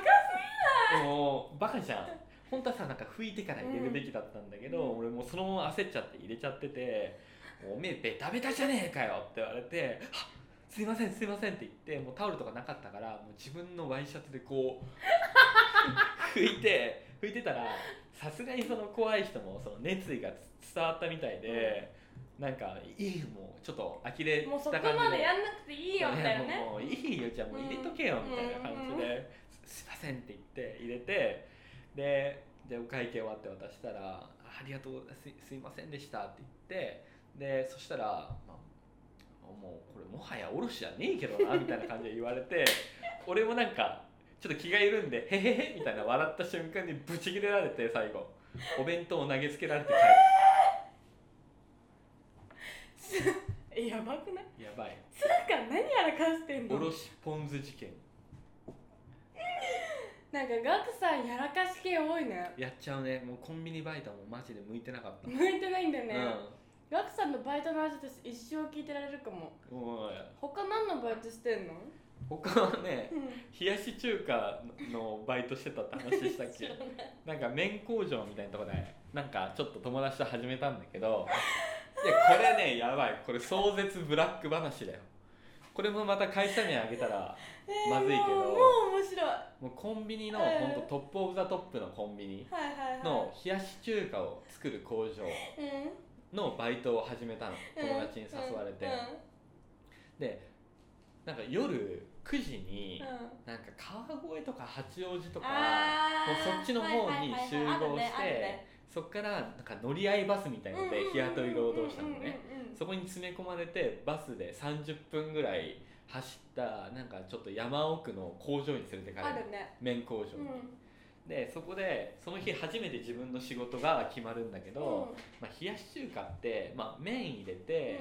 [SPEAKER 2] でもバカじゃん本当はさなんか拭いてから入れるべきだったんだけど、
[SPEAKER 1] うん
[SPEAKER 2] 俺もうそのまま焦っちゃって入れちゃってて「おめえベタベタじゃねえかよ」って言われて「あすいませんすいません」って言ってもうタオルとかなかったからもう自分のワイシャツでこう [LAUGHS] 拭いて拭いてたらさすがにその怖い人もその熱意が伝わったみたいで、なんかいいよもうちょっと呆れ
[SPEAKER 1] もうそこ
[SPEAKER 2] した感じ
[SPEAKER 1] までやんなくていいよみたいな
[SPEAKER 2] や
[SPEAKER 1] ね
[SPEAKER 2] もういいよじゃあもう入れとけよ
[SPEAKER 1] うん
[SPEAKER 2] みたいな感じで「すすいません」って言って入れてででお会計終わって渡したら「あありがとうございますすいませんでした」って言ってでそしたら、まあ、もうこれもはやおろしじゃねえけどなみたいな感じで言われて [LAUGHS] 俺もなんかちょっと気が緩んで「へへへ」みたいな笑った瞬間にブチ切れられて最後お弁当を投げつけられて帰っ
[SPEAKER 1] [LAUGHS] えやばくない
[SPEAKER 2] たやばい
[SPEAKER 1] つうか何やらかしてんの
[SPEAKER 2] おろしポン酢事件
[SPEAKER 1] なんかガクさんやらかし系多いね
[SPEAKER 2] やっちゃうねもうコンビニバイトもマジで向いてなかった
[SPEAKER 1] 向いてないんだよね、
[SPEAKER 2] うん
[SPEAKER 1] ガクさんのバイトの話私一生聞いてられるかも
[SPEAKER 2] もう
[SPEAKER 1] 他何のバイトしてんの
[SPEAKER 2] 他はね冷やし中華のバイトしてたって話した
[SPEAKER 1] [LAUGHS]
[SPEAKER 2] っけなんか麺工場みたいなとこでなんかちょっと友達と始めたんだけどいやこれねやばいこれ壮絶ブラック話だよこれもまた会社名あげたら
[SPEAKER 1] えー
[SPEAKER 2] まずいけど
[SPEAKER 1] もうもう面白いは
[SPEAKER 2] もうコンビニの
[SPEAKER 1] うん
[SPEAKER 2] ほんとトップオブザトップのコンビニ
[SPEAKER 1] いはいはい
[SPEAKER 2] の冷やし中華を作る工場
[SPEAKER 1] うん
[SPEAKER 2] のバイトを始めたの
[SPEAKER 1] うん
[SPEAKER 2] 友達に誘われて
[SPEAKER 1] うん
[SPEAKER 2] でなんか夜9時に
[SPEAKER 1] うんうん
[SPEAKER 2] なんか川越とか八王子とか
[SPEAKER 1] あー
[SPEAKER 2] もうそっちの方に集合して
[SPEAKER 1] はいはいはいはいあるねあるね
[SPEAKER 2] そっからなんか乗り合いバスみたいので日雇い労働したのね
[SPEAKER 1] うんうんうんうん
[SPEAKER 2] そこに詰め込まれてバスで30分ぐらい走ったなんかちょっと山奥の工場に連れてか
[SPEAKER 1] あ
[SPEAKER 2] れる
[SPEAKER 1] るね
[SPEAKER 2] 麺工場に、
[SPEAKER 1] うん
[SPEAKER 2] でそこでその日初めて自分の仕事が決まるんだけど、まあ、冷やし中華って、まあ、麺入れ
[SPEAKER 1] うん
[SPEAKER 2] て、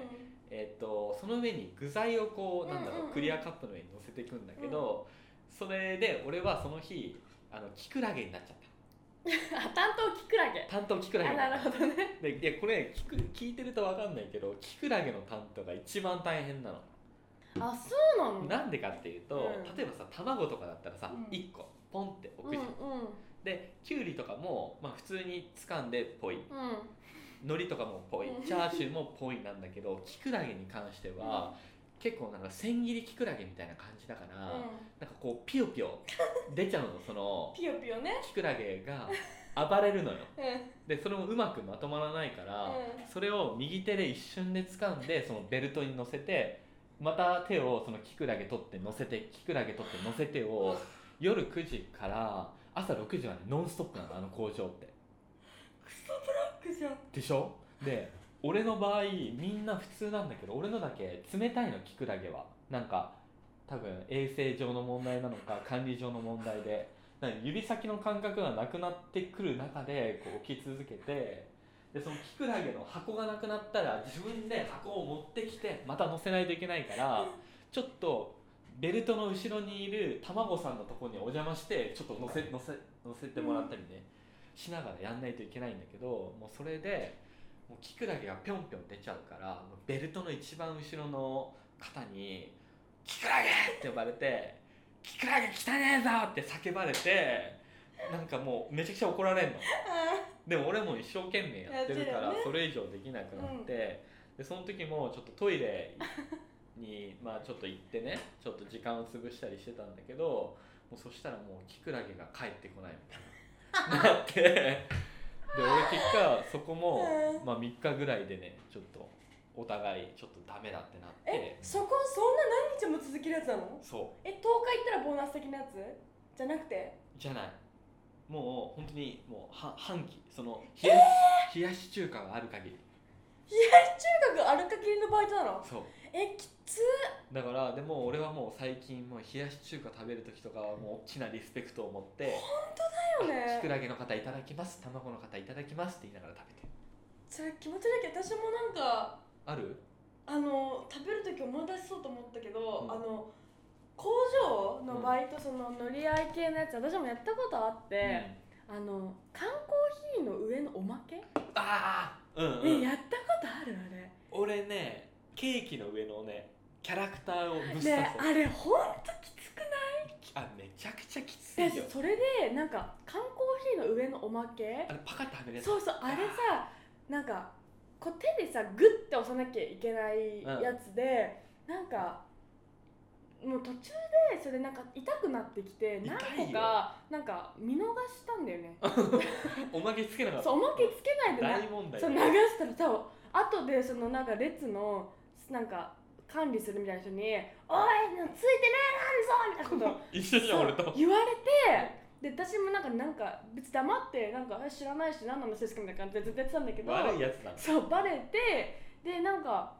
[SPEAKER 2] えっとその上に具材をこうなんだろう,、
[SPEAKER 1] うんうんうん
[SPEAKER 2] クリアカップの上に乗せていくんだけど、それで俺はその日あのキクラゲになっちゃった
[SPEAKER 1] あ担当キクラゲ
[SPEAKER 2] 担当キクラゲ
[SPEAKER 1] あ
[SPEAKER 2] になっ
[SPEAKER 1] な
[SPEAKER 2] た
[SPEAKER 1] るほどね
[SPEAKER 2] でいやこれ聞く聞いてると分かんないけどキクラゲの担当が一番大変なの、
[SPEAKER 1] あそうなの
[SPEAKER 2] なんでかっていうと、
[SPEAKER 1] うん
[SPEAKER 2] 例えばさ卵とかだったらさ、
[SPEAKER 1] うん
[SPEAKER 2] 1個ポンって置
[SPEAKER 1] うん
[SPEAKER 2] く
[SPEAKER 1] う
[SPEAKER 2] じゃ
[SPEAKER 1] ん
[SPEAKER 2] ん、できゅうりとかも、まあ、普通に掴んでポ
[SPEAKER 1] う
[SPEAKER 2] イ
[SPEAKER 1] ん
[SPEAKER 2] 海苔とかもぽい
[SPEAKER 1] うん
[SPEAKER 2] チャーシューもぽいなんだ
[SPEAKER 1] [LAUGHS]
[SPEAKER 2] けどキクラゲに関しては、結構なんか千切りキクラゲみたいな感じだから、
[SPEAKER 1] う
[SPEAKER 2] なんか
[SPEAKER 1] ん
[SPEAKER 2] こうピヨ
[SPEAKER 1] [LAUGHS]
[SPEAKER 2] ピヨ出ちゃうのその
[SPEAKER 1] ピヨピヨね
[SPEAKER 2] キクラゲが暴れるのよ
[SPEAKER 1] うん
[SPEAKER 2] でそれもうまくまとまらないから、
[SPEAKER 1] う
[SPEAKER 2] それを右手で一瞬で掴んでそのベルトに乗せてまた手をそのキクラゲ取って乗せてキクラゲ取って乗せてを夜9時から朝6時までノンストップなのあの工場って
[SPEAKER 1] クじゃん
[SPEAKER 2] でしょで俺の場合みんな普通なんだけど俺のだけ冷たいのキクラゲはなんか多分衛生上の問題なのか管理上の問題でなんか指先の感覚がなくなってくる中でこう置き続けてでそのキクラゲの箱がなくなったら自分で箱を持ってきてまた乗せないといけないからちょっとベルトの後ろにいる卵さんのところにお邪魔してちょっと乗せ乗せ乗せてもらったりね、しながらやんないといけないんだけどもうそれでもうキクラゲがぴょんぴょん出ちゃうからもうベルトの一番後ろの肩に「キクラゲ!」って呼ばれて「キクラゲ汚ねえぞ!」って叫ばれてなんかもうめちゃくちゃ怒られんの。でも俺も一生懸命やってるから
[SPEAKER 1] やってるよね
[SPEAKER 2] それ以上できなくなって、でその時もちょっとトイレに [LAUGHS] まあちょっと行ってねちょっと時間を潰したりしてたんだけどもうそしたらもうキクラゲが帰ってこないみたい
[SPEAKER 1] [LAUGHS]
[SPEAKER 2] ななってで俺結果そこも、
[SPEAKER 1] うん
[SPEAKER 2] まあ、3日ぐらいでねちょっとお互いちょっとダメだってなって
[SPEAKER 1] えそこそんな何日も続けるやつなの
[SPEAKER 2] そ
[SPEAKER 1] え10日行ったらボーナス的なやつじゃなくて
[SPEAKER 2] うじゃないもう本当にもうは半期その冷や,、冷やし中華がある限り
[SPEAKER 1] 中学あるかきりのバイトなの
[SPEAKER 2] そう
[SPEAKER 1] えきつ
[SPEAKER 2] だからでも俺はもう最近もう冷やし中華食べる時とかはもう大きなリスペクトを持って「
[SPEAKER 1] いよね
[SPEAKER 2] あキクラゲの方いただきます卵の方いただきます」って言いながら食べてる
[SPEAKER 1] それ気持ちだけど私もなんか
[SPEAKER 2] ある
[SPEAKER 1] あの食べる時思い出しそうと思ったけど、
[SPEAKER 2] うん
[SPEAKER 1] あの工場のバイト、その乗り合い系のやつ私もやったことあって、あの缶コーヒーの上のおまけ、
[SPEAKER 2] うんああうん、
[SPEAKER 1] え
[SPEAKER 2] うん、
[SPEAKER 1] やったことあるあれ
[SPEAKER 2] 俺ねケーキの上のねキャラクターをぶっ刺す、
[SPEAKER 1] ねえあれほんときつく
[SPEAKER 2] あめちゃくちゃきつ
[SPEAKER 1] ない
[SPEAKER 2] よ
[SPEAKER 1] いそれでなんか缶コーヒーの上のおまけ
[SPEAKER 2] あれパカッてはめれる
[SPEAKER 1] そうそうあれさなんかこう手でさグッて押さなきゃいけないやつで、なんかもう途中でそれなんか痛くなってきて
[SPEAKER 2] 痛いよ
[SPEAKER 1] 何個かなんか見逃したんだよね
[SPEAKER 2] おまけつけなかった
[SPEAKER 1] そうおまけつけないでな
[SPEAKER 2] 大問題
[SPEAKER 1] そう
[SPEAKER 2] だ
[SPEAKER 1] 流
[SPEAKER 2] よ
[SPEAKER 1] したらさ後でそのなんか列のなんか管理するみたいな人に「おいついてねえなんぞ!」みたいなこと
[SPEAKER 2] 一緒じゃん俺と
[SPEAKER 1] 言われてで私もなんかなんか別に黙ってなんかえ知らないし何なのシステムみたいな感じでずっとやってたんだけど
[SPEAKER 2] 悪いやつだ
[SPEAKER 1] そうバレてでなんか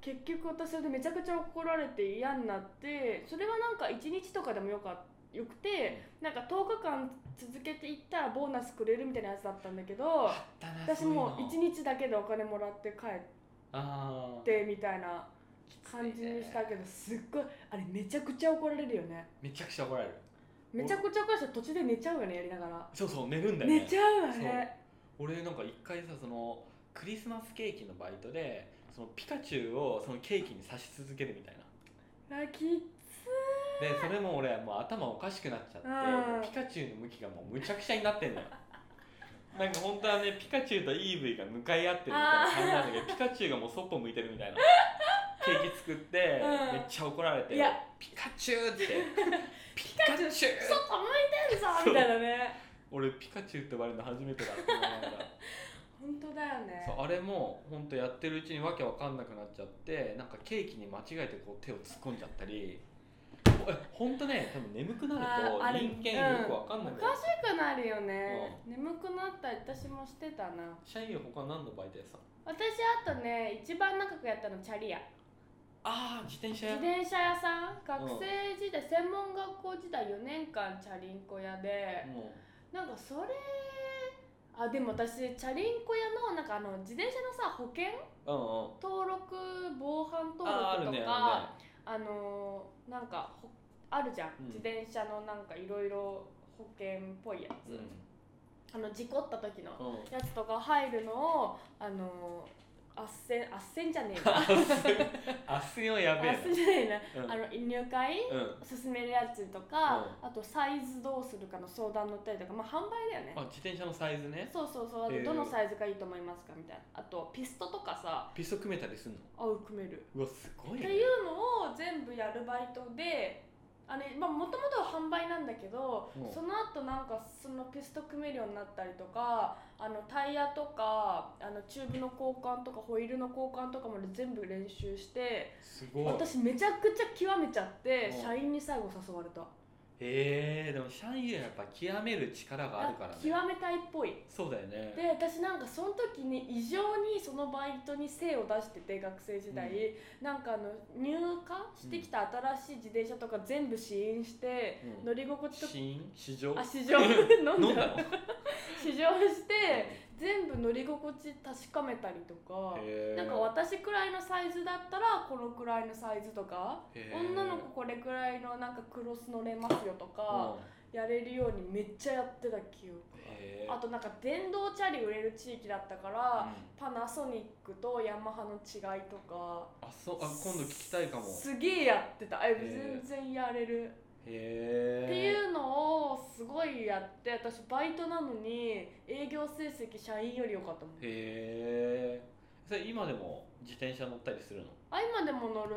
[SPEAKER 1] 結局私それでめちゃくちゃ怒られて嫌になってそれはなんか1日とかでもよかよくてなんか10日間続けていったらボーナスくれるみたいなやつだったんだけど
[SPEAKER 2] あったな
[SPEAKER 1] 私
[SPEAKER 2] そういうの
[SPEAKER 1] もう1日だけでお金もらって帰っ
[SPEAKER 2] あー
[SPEAKER 1] てみたいな感じにしたけどすっごいあれめちゃくちゃ怒られるよね
[SPEAKER 2] めちゃくちゃ怒られる
[SPEAKER 1] めちゃくちゃ怒られて途中で寝ちゃうよねやりながら。
[SPEAKER 2] そうそう寝るんだよね
[SPEAKER 1] 寝ちゃうわね
[SPEAKER 2] 俺なんか一回さそのクリスマスケーキのバイトでそのピカチュウをそのケーキに刺し続けるみたいな
[SPEAKER 1] ラキッ
[SPEAKER 2] でそれも俺もう頭おかしくなっちゃ
[SPEAKER 1] うん
[SPEAKER 2] ってピカチュウの向きがもうむちゃくちゃになってんのよなんか本当はねピカチュウとイーブイが向かい合ってるみたいな感じなんだけどピカチュウがもうそっぽ向いてるみたいなケーキ作ってめ
[SPEAKER 1] うん
[SPEAKER 2] っちゃ怒られて
[SPEAKER 1] いや
[SPEAKER 2] 「ピカチュ
[SPEAKER 1] [LAUGHS]
[SPEAKER 2] ウ!」って「ピカチュ
[SPEAKER 1] 外
[SPEAKER 2] ウ!」
[SPEAKER 1] 向いてんぞみたいなね
[SPEAKER 2] 俺ピカチュウって呼ばれるの初めてだって思いながら
[SPEAKER 1] 本当だよね
[SPEAKER 2] そうあれも本当やってるうちにわけわかんなくなっちゃってなんかケーキに間違えてこう手を突っ込んじゃったり本当ね多分眠くなる
[SPEAKER 1] あーあれ
[SPEAKER 2] と人間よくわかんな
[SPEAKER 1] お
[SPEAKER 2] く
[SPEAKER 1] か
[SPEAKER 2] なる、
[SPEAKER 1] しくなるよね、眠くなったり私もしてたな
[SPEAKER 2] 社員は他何のバイトやってたの
[SPEAKER 3] 私あとね一番仲良くやったのチャリア
[SPEAKER 2] ああ自転車
[SPEAKER 3] 自
[SPEAKER 2] や
[SPEAKER 3] 転車屋さん
[SPEAKER 2] うん
[SPEAKER 3] 学生時代、専門学校時代4年間チャリンコ屋で
[SPEAKER 2] も
[SPEAKER 3] なんかそれあでも私チャリンコ屋のなんかあの自転車のさ保険
[SPEAKER 2] ううんうん
[SPEAKER 3] 登録防犯登
[SPEAKER 2] あーある
[SPEAKER 3] 録
[SPEAKER 2] ね
[SPEAKER 3] とか
[SPEAKER 2] あ
[SPEAKER 3] あのーなんかほあるじゃん、
[SPEAKER 2] うん
[SPEAKER 3] 自転車のなんかいろいろ保険っぽいやつ、
[SPEAKER 2] るね
[SPEAKER 3] あの事故った時の
[SPEAKER 2] うんうん
[SPEAKER 3] やつとか入るのをあのー
[SPEAKER 1] あっせんあっせんじゃねえ
[SPEAKER 2] あ
[SPEAKER 1] か
[SPEAKER 2] っせんあっせんはやべ
[SPEAKER 1] あっせんじゃねえ
[SPEAKER 2] えな
[SPEAKER 1] な、あの入会
[SPEAKER 2] うん、うん、
[SPEAKER 1] 進めるやつとか、あとサイズどうするかの相談乗ったりとかまあ販売だよね
[SPEAKER 2] あ自転車のサイズね
[SPEAKER 1] そうそうそうあ
[SPEAKER 2] へえ
[SPEAKER 1] とどのサイズがいいと思いますかみたいなあとピストとかさ
[SPEAKER 2] ピスト組めたりすんの
[SPEAKER 1] あ組める
[SPEAKER 2] うわすごい
[SPEAKER 1] っ
[SPEAKER 2] ね
[SPEAKER 1] ていうのを全部やるバイトであれまあもともとは販売なんだけど、
[SPEAKER 2] うん
[SPEAKER 1] その後なんかそのピスト組めるようになったりとかあのタイヤとかあのチューブの交換とかホイールの交換とかまで全部練習して
[SPEAKER 2] すごい
[SPEAKER 1] 私めちゃくちゃ極めちゃって
[SPEAKER 2] うん
[SPEAKER 1] 社員に最後誘われた
[SPEAKER 2] へえでも社員はやっぱ極める力があるからね
[SPEAKER 1] 極めたいっぽい
[SPEAKER 2] そうだよね
[SPEAKER 1] で私なんかその時に異常にそのバイトに精を出してて学生時代、なんかあの入荷してきた新しい自転車とか全部試飲して、
[SPEAKER 2] うん
[SPEAKER 1] 乗り心地とか
[SPEAKER 2] 試飲市場
[SPEAKER 1] あ試乗飲
[SPEAKER 2] [LAUGHS] 飲
[SPEAKER 1] ん
[SPEAKER 2] ん
[SPEAKER 1] だ
[SPEAKER 2] だの
[SPEAKER 1] 試乗して全部乗り心地確かめたりとか、
[SPEAKER 2] へー
[SPEAKER 1] なんか私くらいのサイズだったらこのくらいのサイズとか、
[SPEAKER 2] へー
[SPEAKER 1] 女の子これくらいのなんかクロス乗れますよとか、
[SPEAKER 2] うん
[SPEAKER 1] やれるようにめっちゃやってた記憶
[SPEAKER 2] へー
[SPEAKER 1] あとなんか電動チャリ売れる地域だったから、
[SPEAKER 2] うん
[SPEAKER 1] パナソニックとヤマハの違いとか
[SPEAKER 2] あそうあ今度聞きたいかも
[SPEAKER 1] すげえやってたあ
[SPEAKER 2] へ
[SPEAKER 1] 全然やれる、
[SPEAKER 2] へえ
[SPEAKER 1] っていうのをすごいやって私バイトなのに営業成績社員より良かったもん
[SPEAKER 2] へえそれ今でも自転車乗ったりするの
[SPEAKER 1] あ今でも乗る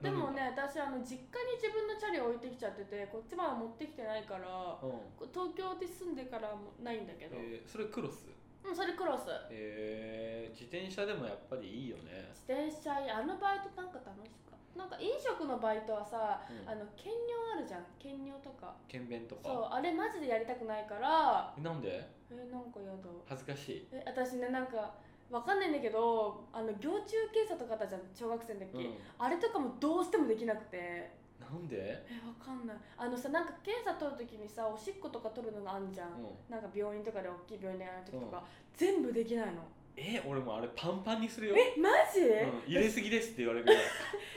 [SPEAKER 1] でも
[SPEAKER 2] 乗るん
[SPEAKER 1] ね私あの実家に自分のチャリ置いてきちゃっててこっちまで持ってきてないから
[SPEAKER 2] うん
[SPEAKER 1] こ東京で住んでからもないんだけど、
[SPEAKER 2] えーそれクロス
[SPEAKER 1] うんそれクロス
[SPEAKER 2] へえ自転車でもやっぱりいいよね、
[SPEAKER 1] 自転車あのバイトなんか楽しかったなんか飲食のバイトはさ
[SPEAKER 2] うん、
[SPEAKER 1] あの兼業あるじゃん兼業とか
[SPEAKER 2] 検便と
[SPEAKER 1] そう
[SPEAKER 2] か
[SPEAKER 1] あれマジでやりたくないから
[SPEAKER 2] なんで
[SPEAKER 1] えなんかやだ
[SPEAKER 2] 恥ずかしい、
[SPEAKER 1] え私ねなんかわかんないんだけどあの行中検査とかあったじゃん小学生の時、
[SPEAKER 2] うん
[SPEAKER 1] あれとかもどうしてもできなくて
[SPEAKER 2] なんで、
[SPEAKER 1] えわかんないあのさなんか検査取る時にさおしっことか取るのがあんじゃん、
[SPEAKER 2] うん、
[SPEAKER 1] なんか病院とかで大きい病院でやる時とか、全部できないの
[SPEAKER 2] え俺もあれパンパンにするよ、
[SPEAKER 1] えマジ、
[SPEAKER 2] うん、入れすぎですって言われるぐらい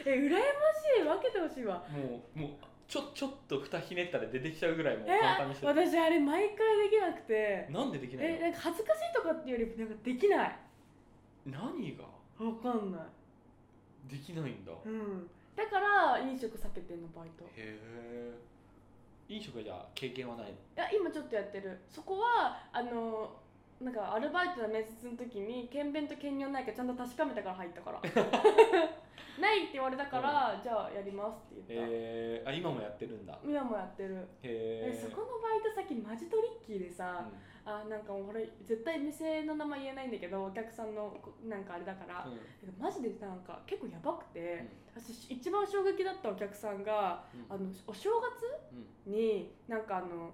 [SPEAKER 1] え羨ましい分けてほしいわ
[SPEAKER 2] もうもうちょちょっと蓋ひねったら出てきちゃうぐらいもう
[SPEAKER 1] え
[SPEAKER 2] パンパンにしてる
[SPEAKER 1] 私あれ毎回できなくて
[SPEAKER 2] なんでできない
[SPEAKER 1] え
[SPEAKER 2] の
[SPEAKER 1] なんか恥ずかしいとかっていうよりなんかできない
[SPEAKER 2] 何が
[SPEAKER 1] わかんない
[SPEAKER 2] できないんだ、へ
[SPEAKER 1] うんだから飲食避けてんのバイトい
[SPEAKER 2] え飲食はじゃあ経験はないの
[SPEAKER 1] や今ちょっとやってるそこはあのなんかアルバイトの面接の時に検便と検尿ないかちゃんと確かめたから入った
[SPEAKER 2] [LAUGHS]
[SPEAKER 1] からないって言われたから、じゃあやりますって言った、
[SPEAKER 2] へえあ今もやってるんだ
[SPEAKER 1] 今もやってる、え
[SPEAKER 2] へえ
[SPEAKER 1] そこのバイト先マジトリッキーで
[SPEAKER 2] う
[SPEAKER 1] さ、
[SPEAKER 2] ん
[SPEAKER 1] あなんか俺絶対店の名前言えないんだけどお客さんのこなんかあれだから、
[SPEAKER 2] うん
[SPEAKER 1] けどマジでなんか結構やばくて、私一番衝撃だったお客さんが
[SPEAKER 2] うん
[SPEAKER 1] あのお正
[SPEAKER 2] うん
[SPEAKER 1] 月になんかあの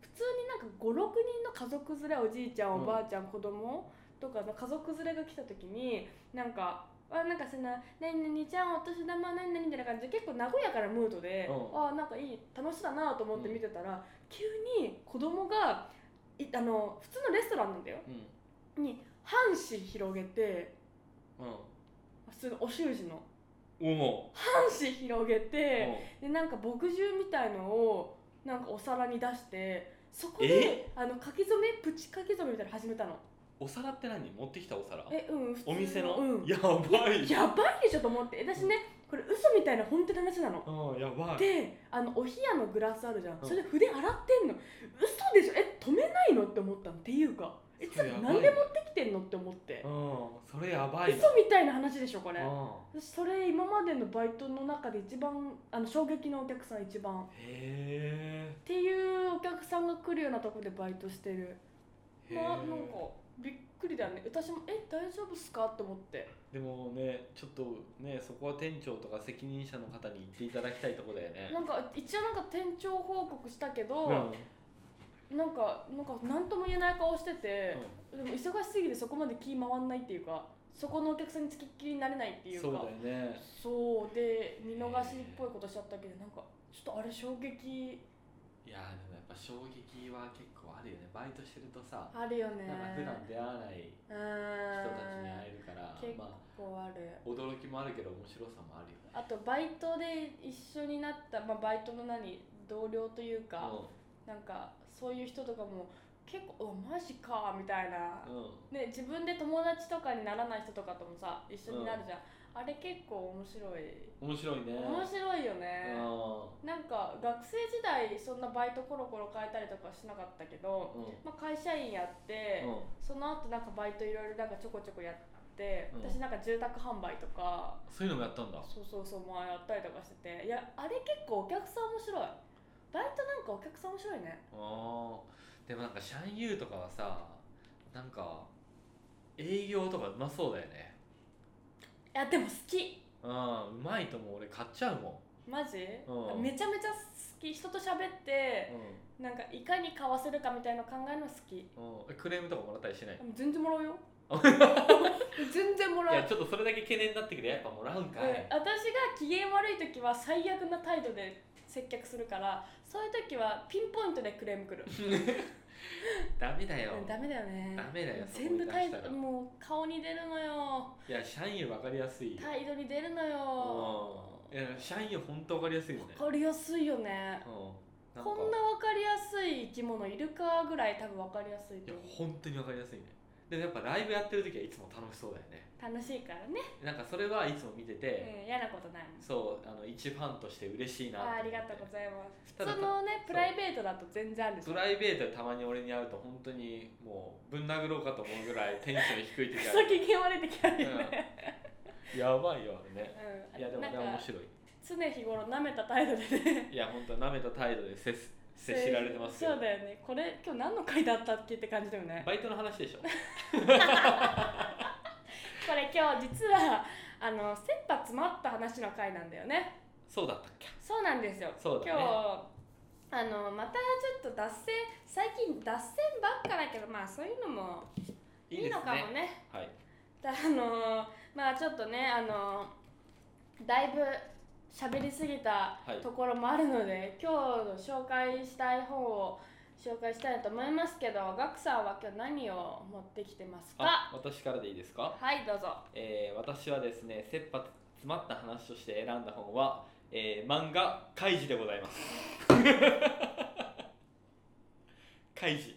[SPEAKER 1] 普通になんか56人の家族連れおじいちゃん
[SPEAKER 2] うん
[SPEAKER 1] おばあちゃん、子供とかの家族連れが来た時になんか。あなんかそんな「何々ちゃんお年玉何々」みたいな感じで結構和やかなムードで、
[SPEAKER 2] うん
[SPEAKER 1] あなんかいい楽しそうだなと思って見てたら、急に子供がいあの普通のレストランなんだよ
[SPEAKER 2] うん
[SPEAKER 1] に半紙広げて普通のお習字の
[SPEAKER 2] うんお
[SPEAKER 1] 半紙広げて
[SPEAKER 2] お
[SPEAKER 1] でなんか墨汁みたいのをなんかお皿に出してそこ
[SPEAKER 2] え
[SPEAKER 1] であの書き初めプチ書き初めみたいなの始めたの
[SPEAKER 2] お皿って何持ってきたお皿
[SPEAKER 1] えうん普通
[SPEAKER 2] お店の、
[SPEAKER 1] うん
[SPEAKER 2] やばい
[SPEAKER 1] やばいでしょと思って私ねこれ嘘みたいな本当の話なの
[SPEAKER 2] うんやばい
[SPEAKER 1] であのお冷やのグラスあるじゃん
[SPEAKER 2] うん
[SPEAKER 1] それで筆洗ってんの嘘でしょえ止めないのって思ったのっていうかえつ
[SPEAKER 2] それやばいね
[SPEAKER 1] 何で持ってきてんのって思って
[SPEAKER 2] うんそれやばいな
[SPEAKER 1] 嘘みたいな話でしょこれ
[SPEAKER 2] うん
[SPEAKER 1] 私それ今までのバイトの中で一番あの衝撃のお客さん一番
[SPEAKER 2] へ
[SPEAKER 1] っていうお客さんが来るようなとこでバイトしてる
[SPEAKER 2] え
[SPEAKER 1] まあなんかびっくりだよね私も「え大丈夫っすか?」と思って
[SPEAKER 2] でもねちょっとねそこは店長とか責任者の方に言っていただきたいとこだよね
[SPEAKER 1] なんか一応なんか店長報告したけど、
[SPEAKER 2] うん
[SPEAKER 1] なんかなんか何とも言えない顔してて、でも忙しすぎてそこまで気回んないっていうかそこのお客さんにつきっきりになれないっていうか
[SPEAKER 2] そうだよね
[SPEAKER 1] そうで見逃しっぽいことしちゃったけどなんかちょっとあれ衝撃
[SPEAKER 2] いやーでもやっぱ衝撃は結構あるよねバイトしてるとさ
[SPEAKER 1] あるよね
[SPEAKER 2] なんか普段出会わない
[SPEAKER 1] 人
[SPEAKER 2] 人たちに会えるから
[SPEAKER 1] 結
[SPEAKER 2] まあ
[SPEAKER 1] 構ある
[SPEAKER 2] 驚きもあるけど面白さもあるよね
[SPEAKER 1] あとバイトで一緒になった、まあ、バイトの何同僚というか、なんかそういう人とかも結構「おマジか」みたいな、
[SPEAKER 2] うん
[SPEAKER 1] ね、自分で友達とかにならない人とかともさ一緒になるじゃん、あれ結構面白い
[SPEAKER 2] 面白いね
[SPEAKER 1] 面白いよね、
[SPEAKER 2] うん
[SPEAKER 1] なんか学生時代そんなバイトコロコロ変えたりとかはしなかったけど、
[SPEAKER 2] うん
[SPEAKER 1] まあ、会社員やって、
[SPEAKER 2] うん
[SPEAKER 1] その後なんかバイトいろいろなんかちょこちょこやって、
[SPEAKER 2] うん
[SPEAKER 1] 私なんか住宅販売とか
[SPEAKER 2] そういうのもやったんだ
[SPEAKER 1] そうそうそうまあやったりとかしてていやあれ結構お客さん面白いバイトなんかお客さん面白いね
[SPEAKER 2] あーでもなんかシャンユーとかはさなんか営業とかうまそうだよね
[SPEAKER 1] いやでも好き
[SPEAKER 2] うんうまいと思う俺買っちゃうもん
[SPEAKER 1] マジ、
[SPEAKER 2] うん
[SPEAKER 1] めちゃめちゃ好き人と喋って、なんかいかに買わせるかみたいなの考えるの好き
[SPEAKER 2] うん、うん、えクレームとかもらったりしない
[SPEAKER 1] でも全然もらうよ
[SPEAKER 2] [LAUGHS]
[SPEAKER 1] 全然もら
[SPEAKER 2] いうやちょっとそれだけ懸念になってくるやっぱもらうんかい、
[SPEAKER 1] うん私が機嫌悪い時は最悪な態度で接客するからそういう時はピンポイントでクレーム
[SPEAKER 2] [LAUGHS]
[SPEAKER 1] くる、
[SPEAKER 2] ダメだよ
[SPEAKER 1] うん、ダメだよね
[SPEAKER 2] ダメだよ
[SPEAKER 1] 全部
[SPEAKER 2] そこ
[SPEAKER 1] 態
[SPEAKER 2] に出した
[SPEAKER 1] 度
[SPEAKER 2] ら
[SPEAKER 1] もう顔に出るのよ
[SPEAKER 2] いやシャンユー分かりやすいよ
[SPEAKER 1] 態度に出るのよ
[SPEAKER 2] うんいやシャンユーほんと分かりやすいよね
[SPEAKER 1] 分かりやすいよね
[SPEAKER 2] うん、
[SPEAKER 1] こんな分かりやすい生き物いるかぐらい多分分かりやすい
[SPEAKER 2] い
[SPEAKER 1] と
[SPEAKER 2] や
[SPEAKER 1] 思う
[SPEAKER 2] 本当にわかりやすいねでもやっぱライブやってる時はいつも楽しそうだよね
[SPEAKER 1] 楽しいからね、
[SPEAKER 2] なんかそれはいつも見てて、
[SPEAKER 1] うん、嫌なことないもん
[SPEAKER 2] そうあの一ファンとして嬉しいな
[SPEAKER 1] あーあ
[SPEAKER 2] と思
[SPEAKER 1] り
[SPEAKER 2] って
[SPEAKER 1] がとうございます
[SPEAKER 2] た
[SPEAKER 1] 普
[SPEAKER 2] だ
[SPEAKER 1] 通のね
[SPEAKER 2] そう
[SPEAKER 1] プライベートだと全然あるでしょ
[SPEAKER 2] プライベートでたまに俺に会うと本当にもうぶん殴ろうかと思うぐらいテンション低い
[SPEAKER 1] ク
[SPEAKER 2] 時
[SPEAKER 1] ソ
[SPEAKER 2] ある
[SPEAKER 1] 機嫌悪い時あるよね、
[SPEAKER 2] やばいよあれね
[SPEAKER 1] うん、
[SPEAKER 2] いやでも
[SPEAKER 1] な
[SPEAKER 2] ね
[SPEAKER 1] んか
[SPEAKER 2] 面白い
[SPEAKER 1] 常日頃舐めた態度でね
[SPEAKER 2] いや本当舐めた態度で接す [LAUGHS] 接しられてますよ
[SPEAKER 1] そうだよねこれ今日何の回だったっけって感じだよね
[SPEAKER 2] バイトの
[SPEAKER 1] [LAUGHS]
[SPEAKER 2] 話でしょ
[SPEAKER 1] これ今日実はあの切羽詰まった話の回なんだよね
[SPEAKER 2] そうだったっけ
[SPEAKER 1] そうなんですよ
[SPEAKER 2] そうだね
[SPEAKER 1] 今日あのまたちょっと脱線最近脱線ばっかだけどまあそういうのもい
[SPEAKER 2] いい
[SPEAKER 1] い
[SPEAKER 2] です
[SPEAKER 1] の
[SPEAKER 2] ね
[SPEAKER 1] かもね
[SPEAKER 2] はい
[SPEAKER 1] だあのまあちょっとねあのだいぶ喋りすぎた
[SPEAKER 2] はい
[SPEAKER 1] ところもあるので、今日の紹介したい本を紹介したいと思いますけどガクさんは今日何を持ってきてますか
[SPEAKER 2] あ私からでいいですか
[SPEAKER 1] はいどうぞ
[SPEAKER 2] えー私はですね切羽詰まった話として選んだ本は、えー漫画「カイジ」でござい
[SPEAKER 1] [LAUGHS]
[SPEAKER 2] ますカイジ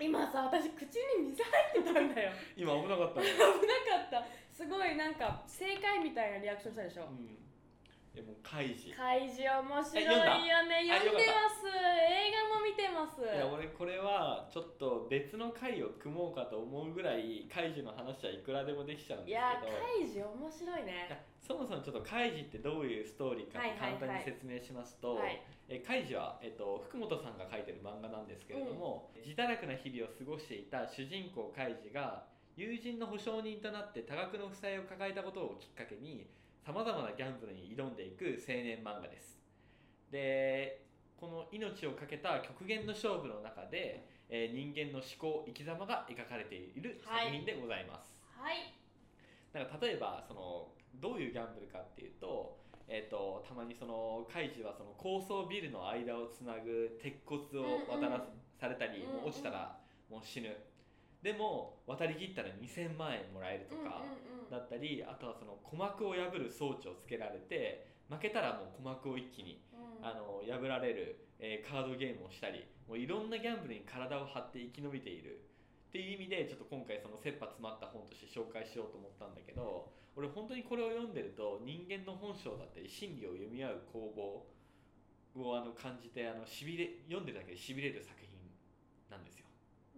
[SPEAKER 1] 今さ私口に水入ってたんだよ
[SPEAKER 2] 今危なかったね、
[SPEAKER 1] 危なかったすごいなんか正解みたいなリアクションしたでしょ
[SPEAKER 2] うん、いやもうカイジい
[SPEAKER 1] 怪獣面白いよね
[SPEAKER 2] え読
[SPEAKER 1] 読ん
[SPEAKER 2] んだ
[SPEAKER 1] でます映画も見てます
[SPEAKER 2] や俺これはちょっと別の回を組もうかと思うぐらいカイジの話はいくらでもできちゃうん
[SPEAKER 1] い
[SPEAKER 2] です
[SPEAKER 1] や
[SPEAKER 2] けど
[SPEAKER 1] 怪獣面白い
[SPEAKER 2] いや
[SPEAKER 1] ね
[SPEAKER 2] そもそもちょっとカイジってどういうストーリーか
[SPEAKER 1] はいはいは
[SPEAKER 2] 簡
[SPEAKER 1] い
[SPEAKER 2] 単に説明しますと、
[SPEAKER 1] はい
[SPEAKER 2] えーカイジは、えっと、福本さんが書いてる漫画なんですけれども、自堕落な日々を過ごしていた主人公カイジが友人の保証人となって多額の負債を抱えたことをきっかけにさまざまなギャンブルに挑んでいく青年漫画です。でこの命を懸けた極限の勝負の中で、えー人間の思考生き様が描かれている作品でございます。
[SPEAKER 1] はい
[SPEAKER 2] なんか例えばそのどういうギャンブルかっていうと,、えー、とたまにそのカイジはその高層ビルの間をつなぐ鉄骨を渡ら
[SPEAKER 1] うんうん
[SPEAKER 2] されたり、もう落ちたらもう死ぬでも渡り切ったら2000万円もらえるとか
[SPEAKER 1] うんうんうん
[SPEAKER 2] だったり、あとはその鼓膜を破る装置をつけられて負けたらもう鼓膜を一気に
[SPEAKER 1] うん
[SPEAKER 2] あの破られる、えーカードゲームをしたりもういろんなギャンブルに体を張って生き延びているっていう意味でちょっと今回その切羽詰まった本として紹介しようと思ったんだけど俺本当にこれを読んでると人間の本性だったり心理を読み合う攻防をあの感じてあのしびれ読んでるだけでしびれる作品なんですよ。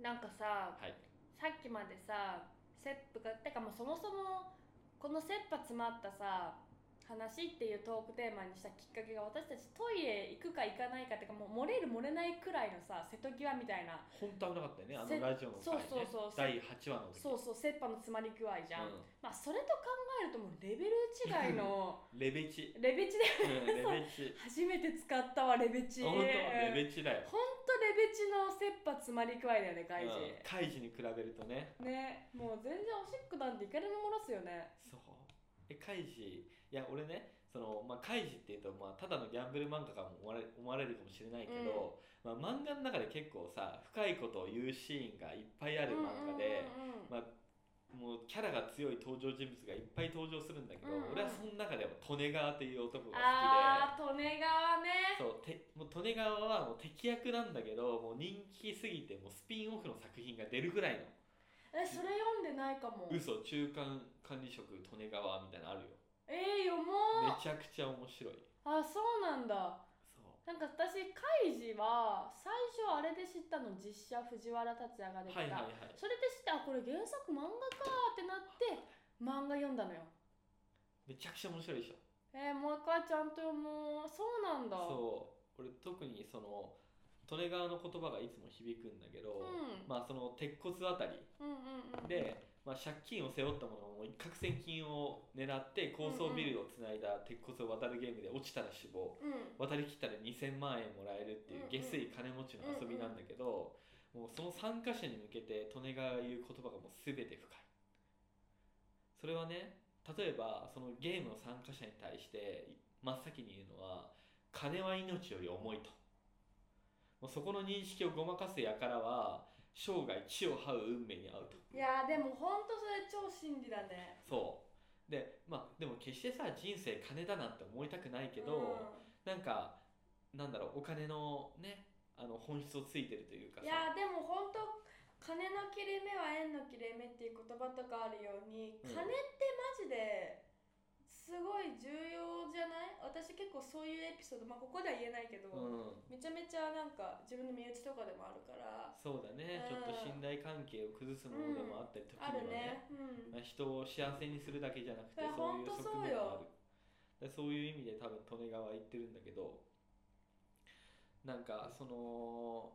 [SPEAKER 1] なんかさ
[SPEAKER 2] はい、
[SPEAKER 1] さっきまでさ切羽がてかもうそもそもこの切羽詰まったさ話っていうトークテーマにしたきっかけが私たちトイレ行くか行かないかっていうかもう漏れる漏れないくらいのさ瀬戸際みたいな
[SPEAKER 2] 本当危なかったよねあ
[SPEAKER 1] せ
[SPEAKER 2] のラジオの回、ね、
[SPEAKER 1] そうそうそう
[SPEAKER 2] 第8話の時
[SPEAKER 1] そうそう切羽の詰まり具合じゃん、
[SPEAKER 2] う
[SPEAKER 1] まあそれと考えるともうレベル違いの
[SPEAKER 2] [LAUGHS] んレ
[SPEAKER 1] [LAUGHS]
[SPEAKER 2] ベチ、
[SPEAKER 1] レベチで
[SPEAKER 2] うん、レベチ
[SPEAKER 1] 初めて使ったわレベチ
[SPEAKER 2] 本当レ
[SPEAKER 1] チ
[SPEAKER 2] ベチだよ、
[SPEAKER 1] ほんとレベチの切羽詰まり具合だよね
[SPEAKER 2] う
[SPEAKER 1] 外
[SPEAKER 2] ん
[SPEAKER 1] 事、、
[SPEAKER 2] カイジに比べるとね
[SPEAKER 1] ねもう全然おしっこなんていかれも漏らすよね
[SPEAKER 2] そうえカイジいや俺ねその、まあ、カイジっていうと、まあ、ただのギャンブル漫画かも思われ思われるかもしれないけど、まあ、漫画の中で結構さ深いことを言うシーンがいっぱいある漫画で、
[SPEAKER 1] うんうんうんうん
[SPEAKER 2] まあ、もうキャラが強い登場人物がいっぱい登場するんだけど、
[SPEAKER 1] うんうん
[SPEAKER 2] 俺はその中でも利根川っていう男が
[SPEAKER 1] あ
[SPEAKER 2] 好
[SPEAKER 1] ー利根川ね
[SPEAKER 2] きでそうてもう利根川はもう敵役なんだけどもう人気すぎてもうスピンオフの作品が出るぐらいの
[SPEAKER 1] えそれ読んでないかも
[SPEAKER 2] 嘘中間管理職利根川みたいなのあるよ
[SPEAKER 1] えー、読もう
[SPEAKER 2] めちゃくちゃ面白い
[SPEAKER 1] あそうなんだ
[SPEAKER 2] そ
[SPEAKER 1] なんか私カイジは最初あれで知ったの実写藤原竜也が
[SPEAKER 2] う
[SPEAKER 1] 出てた、
[SPEAKER 2] はいはいはい
[SPEAKER 1] それで知ってあこれ原作漫画かーってなって漫画読んだのよ
[SPEAKER 2] めちゃくちゃ面白いでしょ
[SPEAKER 1] えー、もう一回ちゃんと読もうそうなんだ
[SPEAKER 2] そう俺特にその利根川の言葉がいつも響くんだけど、
[SPEAKER 1] うん
[SPEAKER 2] まあその鉄骨あたり
[SPEAKER 1] うんうんうん
[SPEAKER 2] で、まあ、借金を背負ったものも一攫千金を狙って高層ビルをつないだ鉄骨を渡るゲームで落ちたら死亡
[SPEAKER 1] うん
[SPEAKER 2] 渡りきったら2000万円もらえるっていう下水金持ちの遊びなんだけど、もうその参加者に向けて利根川が言う言葉がもう全て深いそれはね例えばそのゲームの参加者に対して真っ先に言うのは「金は命より重い」ともうそこの認識をごまかす輩は生涯地を這う運命に遭うと
[SPEAKER 1] いやーでもほんとそれ超真理だね
[SPEAKER 2] そうでまあでも決してさ人生金だなんて思いたくないけど、なんかなんだろうお金のねあの本質をついてるというか
[SPEAKER 1] うん
[SPEAKER 2] さ
[SPEAKER 1] いやーでもほんと金の切れ目は縁の切れ目っていう言葉とかあるように
[SPEAKER 2] う
[SPEAKER 1] 金
[SPEAKER 2] ん
[SPEAKER 1] ってマジですごい重要じゃない私結構そういうエピソードまあここでは言えないけど、
[SPEAKER 2] うん、
[SPEAKER 1] めちゃめちゃなんか自分の身内とかでもあるから
[SPEAKER 2] そうだね、
[SPEAKER 1] うん
[SPEAKER 2] ちょっと信頼関係を崩すものでもあったり時に
[SPEAKER 1] あ
[SPEAKER 2] は
[SPEAKER 1] るね
[SPEAKER 2] ね、
[SPEAKER 1] うん
[SPEAKER 2] まあ、人を幸せにするだけじゃなく
[SPEAKER 1] い
[SPEAKER 2] て
[SPEAKER 1] や
[SPEAKER 2] そ
[SPEAKER 1] ほん
[SPEAKER 2] ういう
[SPEAKER 1] と
[SPEAKER 2] 側
[SPEAKER 1] そう
[SPEAKER 2] 面もあ
[SPEAKER 1] よ
[SPEAKER 2] るでそういう意味で多分利根川は言ってるんだけどなんかその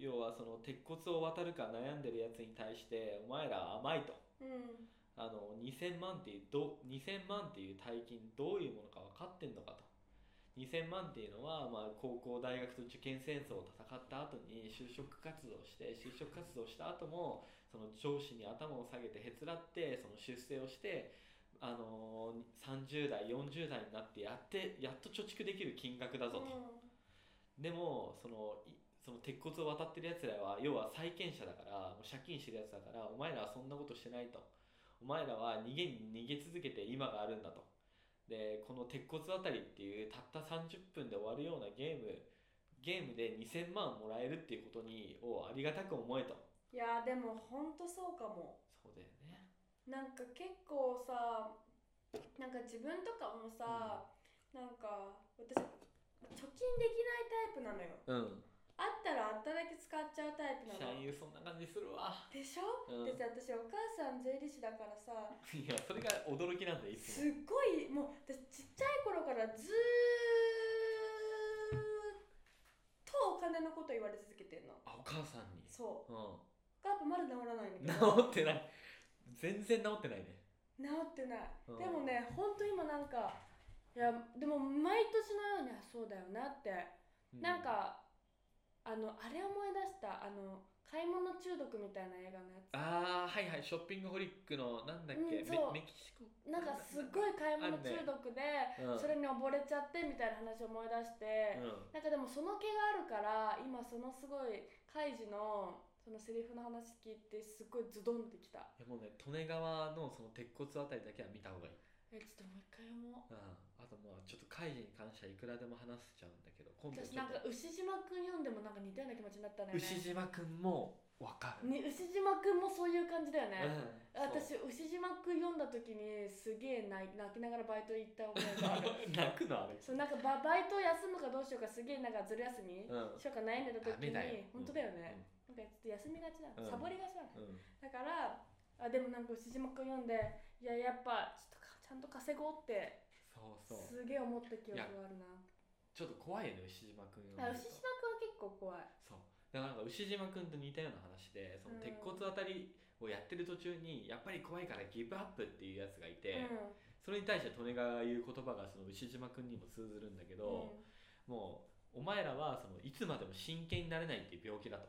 [SPEAKER 2] 要はその鉄骨を渡るか悩んでるやつに対してお前ら甘いと
[SPEAKER 1] うん
[SPEAKER 2] あの2000万っていうど2000万っていう大金どういうものか分かってんのかと2000万っていうのは、まあ、高校大学と受験戦争を戦った後に就職活動して就職活動した後もその上司に頭を下げてへつらってその出世をして、あの30代40代になってやってやっと貯蓄できる金額だぞと、でもそのいその鉄骨を渡ってるやつらは要は債権者だからもう借金してるやつだからお前らはそんなことしてないとお前らは逃げに逃げ続けて今があるんだとでこの鉄骨渡りっていうたった30分で終わるようなゲームゲームで2000万もらえるっていうことにをありがたく思えと
[SPEAKER 1] いやーでもほんとそうかも
[SPEAKER 2] そうだよね
[SPEAKER 1] なんか結構さなんか自分とかもさ、なんか私貯金できないタイプなのよ
[SPEAKER 2] うん
[SPEAKER 1] あったらあっただけ使っちゃうタイプな
[SPEAKER 2] 社
[SPEAKER 1] の
[SPEAKER 2] 員そんな感じするわ
[SPEAKER 1] でしょ、
[SPEAKER 2] うん
[SPEAKER 1] でさ私お母さん税理士だからさ
[SPEAKER 2] いやそれが驚きなんだよいつ
[SPEAKER 1] す
[SPEAKER 2] も
[SPEAKER 1] っごいもう私ちっちゃい頃からずーっとお金のこと言われ続けてんの
[SPEAKER 2] あお母さんに
[SPEAKER 1] そう
[SPEAKER 2] う
[SPEAKER 1] やっぱまだ治らないんだけど
[SPEAKER 2] ん治ってない全然治ってないね
[SPEAKER 1] 治ってない、
[SPEAKER 2] う
[SPEAKER 1] でも
[SPEAKER 2] ん
[SPEAKER 1] ねほんと今なんかいやでも毎年のようにあそうだよなって、
[SPEAKER 2] う
[SPEAKER 1] なんかあのあれ思い出したあの買い物中毒みたいな映画のやつ
[SPEAKER 2] ああはいはいショッピングホリックのなんだっけ、
[SPEAKER 1] うんそう
[SPEAKER 2] メメキシコ
[SPEAKER 1] なんかすっごい買い物中毒で、
[SPEAKER 2] うん
[SPEAKER 1] それに溺れちゃってみたいな話を思い出して、
[SPEAKER 2] うん
[SPEAKER 1] なんかでもその気があるから今そのすごいカイジのそのセリフの話聞いてすっごいズドンってきた
[SPEAKER 2] いやもうね利根川のその鉄骨あたりだけは見た方がい
[SPEAKER 1] え
[SPEAKER 2] い、
[SPEAKER 1] ちょっともう一回読も
[SPEAKER 2] うん、あとまあちょっとカイジに関してはいくらでも話せちゃうんだけど今
[SPEAKER 1] う
[SPEAKER 2] 度
[SPEAKER 1] 私
[SPEAKER 2] ちょ
[SPEAKER 1] な
[SPEAKER 2] っ
[SPEAKER 1] んか牛島
[SPEAKER 2] と
[SPEAKER 1] くん読んでもなんか似たような気持ちになったのよね
[SPEAKER 2] 牛島くんもわかる、
[SPEAKER 1] ね牛島くんもそういう感じだよ
[SPEAKER 2] う
[SPEAKER 1] ね、
[SPEAKER 2] ん、
[SPEAKER 1] 私牛島くん読んだ時にすげえ泣い泣きながらバイト行った思いがある [LAUGHS]
[SPEAKER 2] そう [LAUGHS]
[SPEAKER 1] そうな
[SPEAKER 2] 泣くのあれ
[SPEAKER 1] んかババイト休むかどうしようかすげえなんかずる休み、
[SPEAKER 2] うん
[SPEAKER 1] しようか悩んでた
[SPEAKER 2] ダ
[SPEAKER 1] 時に
[SPEAKER 2] メだよ
[SPEAKER 1] 本当だよね、、なんかちょっと休みがちだ、
[SPEAKER 2] うん
[SPEAKER 1] サボりがちだ、
[SPEAKER 2] うんうん
[SPEAKER 1] だからあでもなんか牛島くん読んでいややっぱちょっとかちゃんと稼ごうって
[SPEAKER 2] そうそう
[SPEAKER 1] すげえ思った記憶があるな
[SPEAKER 2] ちょっと怖いよね牛島くんを見ると
[SPEAKER 1] あ牛島くんは結構怖い
[SPEAKER 2] そうだからなんか牛島君と似たような話でその
[SPEAKER 1] うん
[SPEAKER 2] 鉄骨あたりをやってる途中にやっぱり怖いからギブアップっていうやつがいて、それに対して利根川が言う言葉がその牛島君にも通ずるんだけ
[SPEAKER 1] うん
[SPEAKER 2] ど、もうお前らはそのいつまでも真剣になれないっていう病気だと、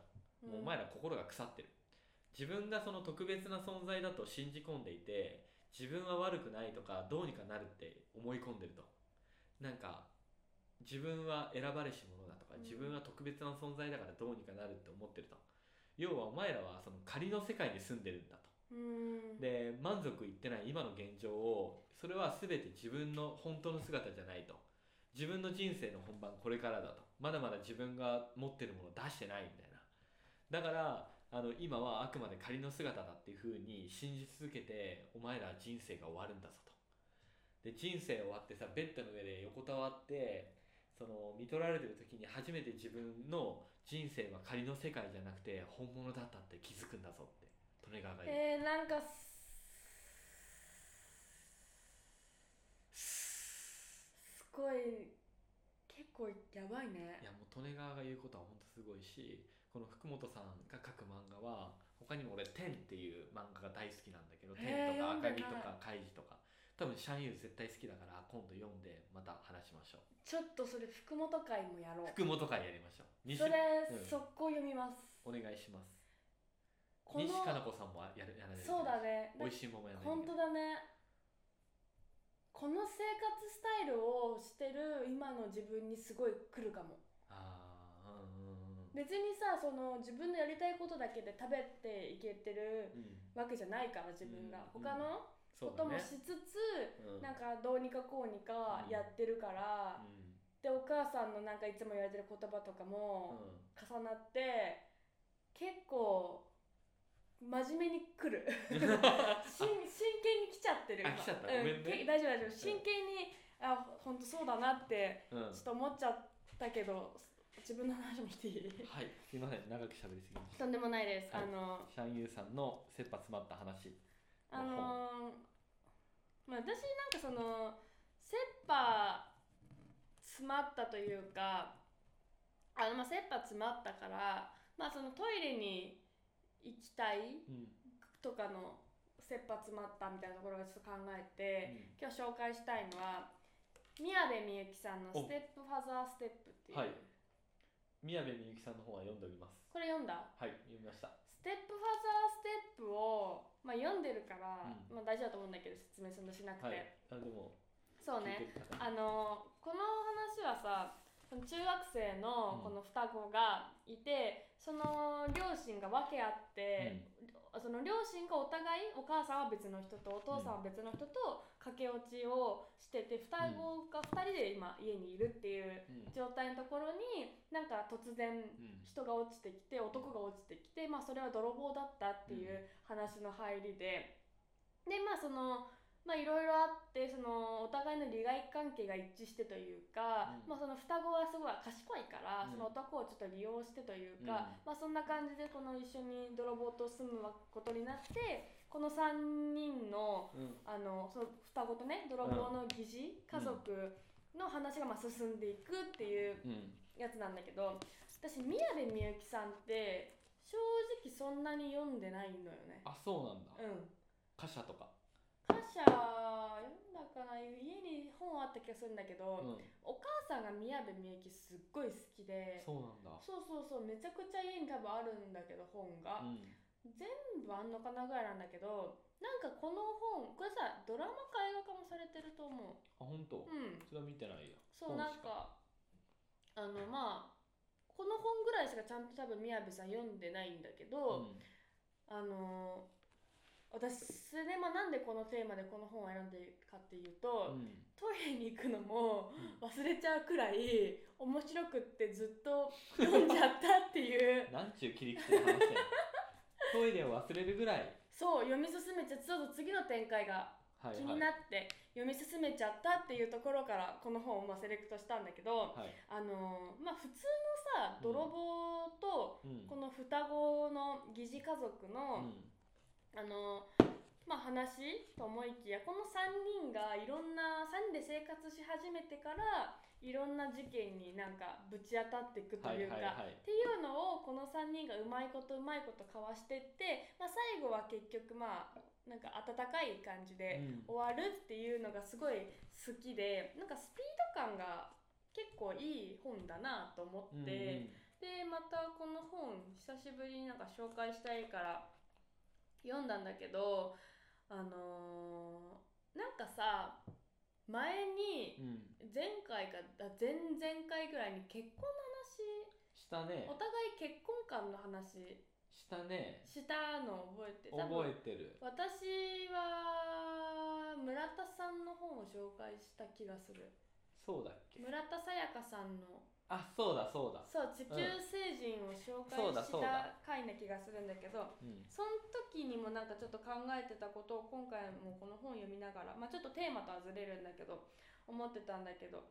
[SPEAKER 1] うん
[SPEAKER 2] もうお前ら心が腐ってる自分がその特別な存在だと信じ込んでいて自分は悪くないとかどうにかなるって思い込んでるとなんか自分は選ばれし者だとか
[SPEAKER 1] うん
[SPEAKER 2] 自分は特別な存在だからどうにかなるって思ってると、要はお前らはその仮の世界に住んでるんだと
[SPEAKER 1] うん
[SPEAKER 2] で満足いってない今の現状をそれは全て自分の本当の姿じゃないと自分の人生の本番これからだとまだまだ自分が持ってるものを出してないみたいなだからあの今はあくまで仮の姿だっていうふうに信じ続けてお前ら人生が終わるんだぞとで人生終わってさベッドの上で横たわってその見取られてる時に初めて自分の人生は仮の世界じゃなくて本物だったって気づくんだぞってトネガーが言う
[SPEAKER 1] えー、なんかすすごい結構やばいね
[SPEAKER 2] いやもう利根川が言うことは本当すごいしこの福本さんが書く漫画は他にも俺「天」っていう漫画が大好きなんだけど「
[SPEAKER 1] へー
[SPEAKER 2] 天」とか「
[SPEAKER 1] 読んでない
[SPEAKER 2] 赤木」とか「怪獣」とか多分シャンユー絶対好きだから今度読んでまた話しましょ
[SPEAKER 1] ちょっとそれ福本会もやろ
[SPEAKER 2] う
[SPEAKER 1] う
[SPEAKER 2] 福本会やりましょう西
[SPEAKER 1] それ、
[SPEAKER 2] うん
[SPEAKER 1] 速攻読みます
[SPEAKER 2] お願いします
[SPEAKER 1] この
[SPEAKER 2] 西加奈子さんもやるやられる
[SPEAKER 1] そうだね
[SPEAKER 2] 美味しいもんもやられ
[SPEAKER 1] 本当だねこの生活スタイルをしてる今の自分にすごい来るかも
[SPEAKER 2] ああうんうんうん
[SPEAKER 1] 別にさその自分のやりたいことだけで食べていけてる
[SPEAKER 2] うん
[SPEAKER 1] わけじゃないから自分が、
[SPEAKER 2] うん
[SPEAKER 1] 他の
[SPEAKER 2] そ
[SPEAKER 1] こ
[SPEAKER 2] う
[SPEAKER 1] と
[SPEAKER 2] だ
[SPEAKER 1] も
[SPEAKER 2] ね
[SPEAKER 1] しつつ、
[SPEAKER 2] うん
[SPEAKER 1] なんかどうにかこうにかやってるから、
[SPEAKER 2] うん
[SPEAKER 1] でお母さんのなんかいつも言われてる言葉とか
[SPEAKER 2] う
[SPEAKER 1] も
[SPEAKER 2] ん
[SPEAKER 1] 重なって結構真面目に来
[SPEAKER 2] [LAUGHS]
[SPEAKER 1] る [LAUGHS] 真真剣に来ちゃってる
[SPEAKER 2] あ来ちゃった
[SPEAKER 1] う
[SPEAKER 2] ごめんね
[SPEAKER 1] け大丈夫大丈夫真剣に、あほんとそうだなって
[SPEAKER 2] うん
[SPEAKER 1] ちょっと思っちゃったけど自分の話もしてい
[SPEAKER 2] [LAUGHS]
[SPEAKER 1] い
[SPEAKER 2] はいすいません長く喋りすぎまし
[SPEAKER 1] と
[SPEAKER 2] た
[SPEAKER 1] んでもないです、
[SPEAKER 2] はい
[SPEAKER 1] あの
[SPEAKER 2] シャンユーさんの切羽詰まった話
[SPEAKER 1] あのーまあ、私なんかその切羽詰まったというかあのまあ切羽詰まったから、まあ、そのトイレに行きたい
[SPEAKER 2] うん
[SPEAKER 1] とかの切羽詰まったみたいなところをちょっと考えて、今日紹介したいのは宮部みゆきさんの「
[SPEAKER 2] お
[SPEAKER 1] ステップファザーステップ」っていう、
[SPEAKER 2] はい宮部みゆきさんの本は読んでおります
[SPEAKER 1] これ読んだ
[SPEAKER 2] はい読みました
[SPEAKER 1] ステップファザーステップを、まあ、読んでるから、
[SPEAKER 2] うん
[SPEAKER 1] まあ、大事だと思うんだけど説明そんなしなくて、
[SPEAKER 2] はいあでも
[SPEAKER 1] そうね
[SPEAKER 2] 聞いてる方
[SPEAKER 1] あのこの話はさその中学生
[SPEAKER 2] う
[SPEAKER 1] の
[SPEAKER 2] ん
[SPEAKER 1] この双子がいて、その両親が分け合って、その両親がお互いお母さんは別の人とお父さんは別の人と駆け落ちをしてて双子が2人で今家にいるっていう
[SPEAKER 2] うん
[SPEAKER 1] 状態のところになんか突然
[SPEAKER 2] うん
[SPEAKER 1] 人が落ちてきて男が落ちてきて、まあ、それは泥棒だったっていうう話の入りで、でまあそのまあいろいろあってそのお互いの利害関係が一致してというか、
[SPEAKER 2] うん
[SPEAKER 1] まあ、その双子はすごい賢いから、そ
[SPEAKER 2] うん
[SPEAKER 1] の男をちょっと利用してというか、
[SPEAKER 2] う
[SPEAKER 1] まあ、
[SPEAKER 2] ん
[SPEAKER 1] そんな感じでこの一緒に泥棒と住むことになってこの3人の
[SPEAKER 2] うん
[SPEAKER 1] あのその双子とね泥棒の疑似、家族の話がまあ進んでいくっていう
[SPEAKER 2] うん
[SPEAKER 1] やつなんだけど私宮部みゆきさんって正直そんなに読んでないのよね
[SPEAKER 2] あそうなんだ
[SPEAKER 1] うん
[SPEAKER 2] 貨車とか
[SPEAKER 1] 歌詞は読んだかな家に本あった気がするんだけど、
[SPEAKER 2] うん
[SPEAKER 1] お母さんが宮部みゆきすっごい好きで
[SPEAKER 2] そうなんだ
[SPEAKER 1] そうそうそうめちゃくちゃ家に多分あるんだけど本が、
[SPEAKER 2] うん
[SPEAKER 1] 全部あんのかなぐらいなんだけどなんかこの本これさドラマか映画化もされてると思
[SPEAKER 2] あ本当
[SPEAKER 1] ううん
[SPEAKER 2] それは見てないよ
[SPEAKER 1] そう
[SPEAKER 2] 本
[SPEAKER 1] なん
[SPEAKER 2] し
[SPEAKER 1] かあのまあこの本ぐらいしかちゃんと多分宮部さん読んでないんだけど、
[SPEAKER 2] うん
[SPEAKER 1] あの私ね、まあ、なんでこのテーマでこの本を選んでるかっていうと、
[SPEAKER 2] うん
[SPEAKER 1] トイレに行くのも
[SPEAKER 2] うん
[SPEAKER 1] 忘れちゃうくらい面白くってずっと読んじゃったっていう
[SPEAKER 2] [LAUGHS] なんちゅう切り口
[SPEAKER 1] [LAUGHS]
[SPEAKER 2] で話してんのトイレを忘れるぐらい
[SPEAKER 1] そう読み進めちゃちょっと次の展開が
[SPEAKER 2] はいは
[SPEAKER 1] 気
[SPEAKER 2] い
[SPEAKER 1] になって読み進めちゃったっていうところからこの本をまあセレクトしたんだけど
[SPEAKER 2] はい
[SPEAKER 1] あのまあ普通のさ泥棒と
[SPEAKER 2] うん
[SPEAKER 1] この双子の疑似家族の、
[SPEAKER 2] うん
[SPEAKER 1] あのまあ話と思いきやこの3人がいろんな3人で生活し始めてからいろんな事件になんかぶち当たっていくと
[SPEAKER 2] はい
[SPEAKER 1] いうか、
[SPEAKER 2] はいはい
[SPEAKER 1] っていうのをこの3人がうまいことうまいこと交わしてって、まあ、最後は結局まあなんか温かい感じ
[SPEAKER 2] う
[SPEAKER 1] で
[SPEAKER 2] ん
[SPEAKER 1] 終わるっていうのがすごい好きでなんかスピード感が結構いい本だなと思って。でまたこの本久しぶりになんか紹介したいから読んだんだけどあのーなんかさ前
[SPEAKER 2] う
[SPEAKER 1] に
[SPEAKER 2] んうんうん
[SPEAKER 1] 前回かあ前々回ぐらいに結婚の
[SPEAKER 2] したね
[SPEAKER 1] 話お互い結婚観の話
[SPEAKER 2] したね
[SPEAKER 1] したの覚えて多分
[SPEAKER 2] 覚えてる
[SPEAKER 1] 私は村田さんの本を紹介した気がする
[SPEAKER 2] そうだっけ
[SPEAKER 1] 村田沙耶香さんの
[SPEAKER 2] あそうだそうだ、
[SPEAKER 1] そう地球星人を紹介
[SPEAKER 2] そう
[SPEAKER 1] し
[SPEAKER 2] だそうだ
[SPEAKER 1] た回な気がするんだけど、
[SPEAKER 2] うん、
[SPEAKER 1] その時にもなんかちょっと考えてたことを今回もこの本読みながら、まあ、ちょっとテーマとはずれるんだけど思ってたんだけど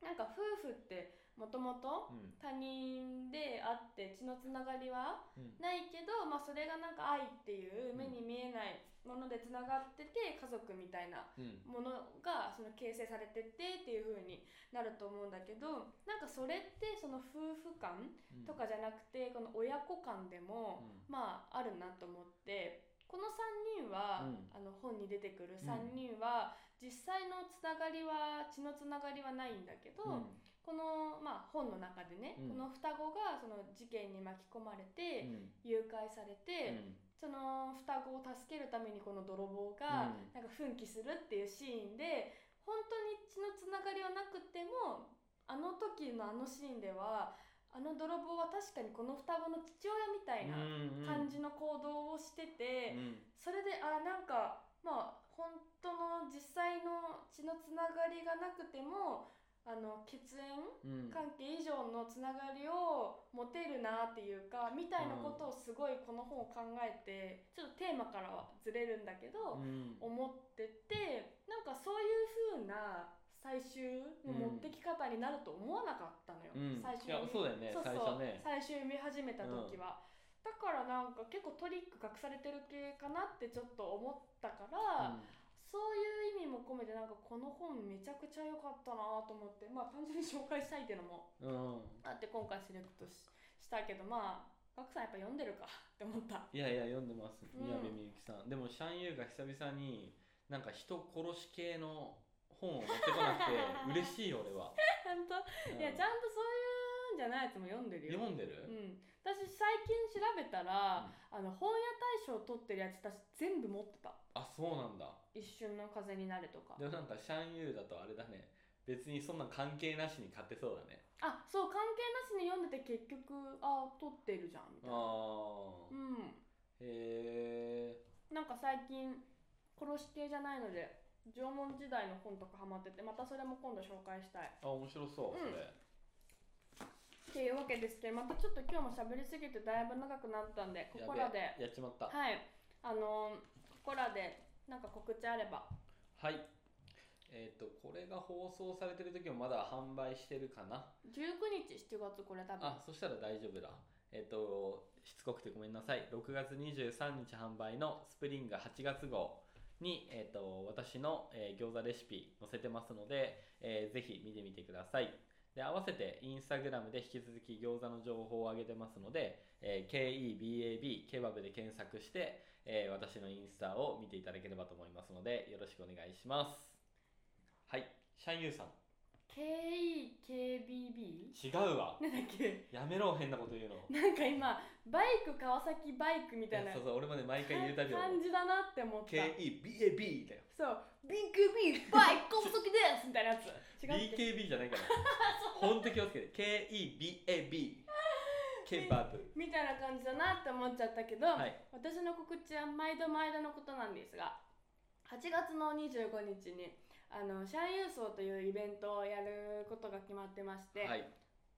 [SPEAKER 1] なんか夫婦ってもともと
[SPEAKER 2] うん
[SPEAKER 1] 他人であって血のつながりは
[SPEAKER 2] うん
[SPEAKER 1] ないけど、まあ、それがなんか愛っていう目に見えないものでつながってて家族みたいな
[SPEAKER 2] うん
[SPEAKER 1] ものがその形成されてってっていう風になると思うんだけどなんかそれってその夫婦間
[SPEAKER 2] うん
[SPEAKER 1] とかじゃなくてこの親子間でも。
[SPEAKER 2] うん
[SPEAKER 1] まああるなと思ってこの3人は、
[SPEAKER 2] うん
[SPEAKER 1] あの本に出てくる3人は、実際のつながりは血のつながりはないんだけど、
[SPEAKER 2] うん
[SPEAKER 1] この、まあ、本の中でね、
[SPEAKER 2] うん
[SPEAKER 1] この双子がその事件に巻き込まれ
[SPEAKER 2] う
[SPEAKER 1] て、
[SPEAKER 2] ん
[SPEAKER 1] 誘拐されて、
[SPEAKER 2] うん
[SPEAKER 1] その双子を助けるためにこの泥棒が
[SPEAKER 2] うん
[SPEAKER 1] なんか奮起するっていうシーンで本当に血のつながりはなくてもあの時のあのシーンではあの泥棒は確かにこの双子の父親みたいな感じの行動をしてて、
[SPEAKER 2] うん
[SPEAKER 1] それであなんかまあ本当の実際の血のつながりがなくてもあの血縁
[SPEAKER 2] うん
[SPEAKER 1] 関係以上のつながりを持てるなっていうかみたいなことをすごいこの本を考えてちょっとテーマからはずれるんだけど、
[SPEAKER 2] うん
[SPEAKER 1] 思っててなんかそういう風な最終の持ってき方になると思わなかったのよ、
[SPEAKER 2] うん
[SPEAKER 1] 最初
[SPEAKER 2] いやそうだよね
[SPEAKER 1] そうそう
[SPEAKER 2] 最初ね
[SPEAKER 1] 最初読み始めた時は、だからなんか結構トリック隠されてる系かなってちょっと思ったから、そういう意味も込めてなんかこの本めちゃくちゃ良かったなと思ってまあ単純に紹介したいっていうのも
[SPEAKER 2] うんうん
[SPEAKER 1] あって今回セレクトししたけどまあガクさんやっぱ読んでるかって思った
[SPEAKER 2] いやいや読んでます
[SPEAKER 1] うん
[SPEAKER 2] 宮部みゆきさん、でもシャンユーが久々になんか人殺し系の本を持ってこな
[SPEAKER 1] [LAUGHS]
[SPEAKER 2] くて嬉しいよ俺は、
[SPEAKER 1] ちゃんと
[SPEAKER 2] うん
[SPEAKER 1] いやちゃんとそういうんじゃないやつも読んでるよ
[SPEAKER 2] 読んでる、
[SPEAKER 1] うん、私最近調べたら、あの本屋大賞取ってるやつ私全部持ってた
[SPEAKER 2] あそうなんだ
[SPEAKER 1] 一瞬の風になるとか
[SPEAKER 2] でもなんかシャンユーだとあれだね別にそんな関係なしに買ってそうだね
[SPEAKER 1] あそう関係なしに読んでて結局あ取ってるじゃんみたいな
[SPEAKER 2] あ
[SPEAKER 1] う
[SPEAKER 2] あ
[SPEAKER 1] ん
[SPEAKER 2] へえ
[SPEAKER 1] なんか最近殺し系じゃないので縄文時代の本とかハマっててまたそれも今度紹介したい
[SPEAKER 2] あ面白そうそれ、
[SPEAKER 1] うんっていうわけですけどまたちょっと今日も喋りすぎてだいぶ長くなったんでここらで
[SPEAKER 2] やべえやっちまった
[SPEAKER 1] はいあのーここらでなんか告知あれば
[SPEAKER 2] はいえっ、とこれが放送されてる時もまだ販売してるかな
[SPEAKER 1] 19日7月これ多分
[SPEAKER 2] あそしたら大丈夫だえっ、としつこくてごめんなさい6月23日販売のスプリング8月号に、えっと私の、えー餃子レシピ載せてますので、えーぜひ見てみてくださいで合わせてインスタグラムで引き続き餃子の情報を上げてますので、えー KEBAB ケバブで検索して、えー私のインスタを見ていただければと思いますのでよろしくお願いしますはいシャンユーさん
[SPEAKER 1] KEKBB?
[SPEAKER 2] 違うわ
[SPEAKER 1] なんだっけ
[SPEAKER 2] やめろ変なこと言うの
[SPEAKER 1] なんか今バイク川崎バイクみたいな
[SPEAKER 2] いやそうそう俺もね毎回言うたび
[SPEAKER 1] 感じだなって思った
[SPEAKER 2] KEBAB だよ
[SPEAKER 1] そう「ビッグビーバイク高速です!」みたいなやつ違うっけ
[SPEAKER 2] BKB じゃ
[SPEAKER 1] [LAUGHS]
[SPEAKER 2] ないからほんと気をつけて KEBAB ケバブ
[SPEAKER 1] みたいな感じだなって思っちゃったけど、
[SPEAKER 2] はい
[SPEAKER 1] 私の告知は毎度毎度のことなんですが8月の25日にあのシャンユーソーというイベントをやることが決まってまして、
[SPEAKER 2] はい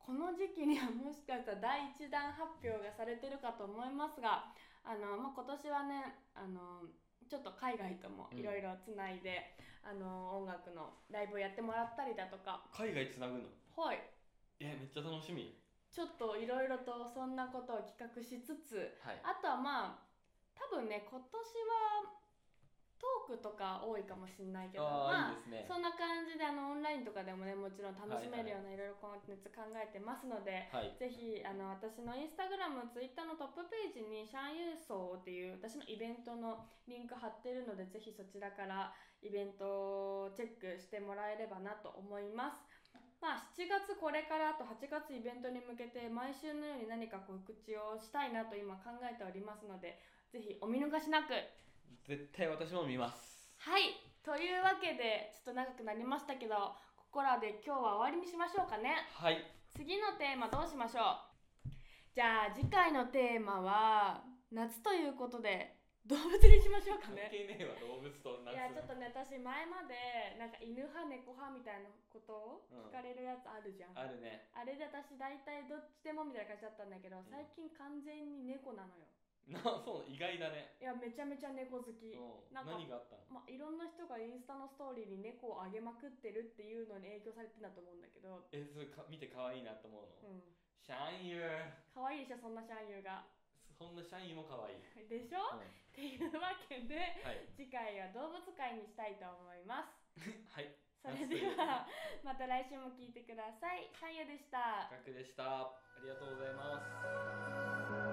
[SPEAKER 1] この時期にはもしかしたら第1弾発表がされてるかと思いますがあの、まあ、今年はねあのちょっと海外ともいろいろつないで、あの音楽のライブをやってもらったりだとか
[SPEAKER 2] 海外つなぐの
[SPEAKER 1] はい
[SPEAKER 2] えめっちゃ楽しみ
[SPEAKER 1] ちょっといろいろとそんなことを企画しつつ
[SPEAKER 2] はい
[SPEAKER 1] あとはまあ多分ね今年はトークとか多いかもしれないけどまあ
[SPEAKER 2] ああいいですね
[SPEAKER 1] そんな感じであのオンラインとかでもねもちろん楽しめるよう
[SPEAKER 2] は
[SPEAKER 1] ないろいろコンテンツ考えてますので、
[SPEAKER 2] はい
[SPEAKER 1] ぜひあの私のインスタグラム、ツイッターのトップページにシャンユーソーっていう私のイベントのリンク貼ってるのでぜひそちらからイベントをチェックしてもらえればなと思います。まあ、7月これからあと8月イベントに向けて毎週のように何か告知をしたいなと今考えておりますのでぜひお見逃しなく
[SPEAKER 2] 絶対私も見ます
[SPEAKER 1] はいというわけでちょっと長くなりましたけどここらで今日は終わりにしましょうかね
[SPEAKER 2] はい
[SPEAKER 1] 次のテーマどうしましょうじゃあ次回のテーマは夏ということで動物にしましょうか
[SPEAKER 2] 関係
[SPEAKER 1] ね。
[SPEAKER 2] ねえわ動物と
[SPEAKER 1] いやちょっ
[SPEAKER 2] 夏
[SPEAKER 1] とね私前までなんか犬派猫派みたいなことを聞かれるやつあるじゃん、
[SPEAKER 2] あるね
[SPEAKER 1] あれで私大体どっちでもみたいな感じだったんだけど
[SPEAKER 2] ん
[SPEAKER 1] 最近完全に猫なのよ
[SPEAKER 2] なそう意外だね
[SPEAKER 1] いやめちゃめちゃ猫好き、
[SPEAKER 2] うん
[SPEAKER 1] なんか
[SPEAKER 2] 何があったの
[SPEAKER 1] まあ、いろんな人がインスタのストーリーに猫をあげまくってるっていうのに影響されてんだと思うんだけど
[SPEAKER 2] えそれか見て可愛いなと思うの、
[SPEAKER 1] うん
[SPEAKER 2] シャンユー
[SPEAKER 1] 可愛いでしょそんなシャンユーが
[SPEAKER 2] そんなシャンユーも可愛い、
[SPEAKER 1] でしょ、
[SPEAKER 2] うん
[SPEAKER 1] っていうわけで
[SPEAKER 2] はい
[SPEAKER 1] 次回は動物会にしたいと思います
[SPEAKER 2] はい
[SPEAKER 1] それではまた来週も聞いてくださいシャンユーでした
[SPEAKER 2] 企画でしたありがとうございます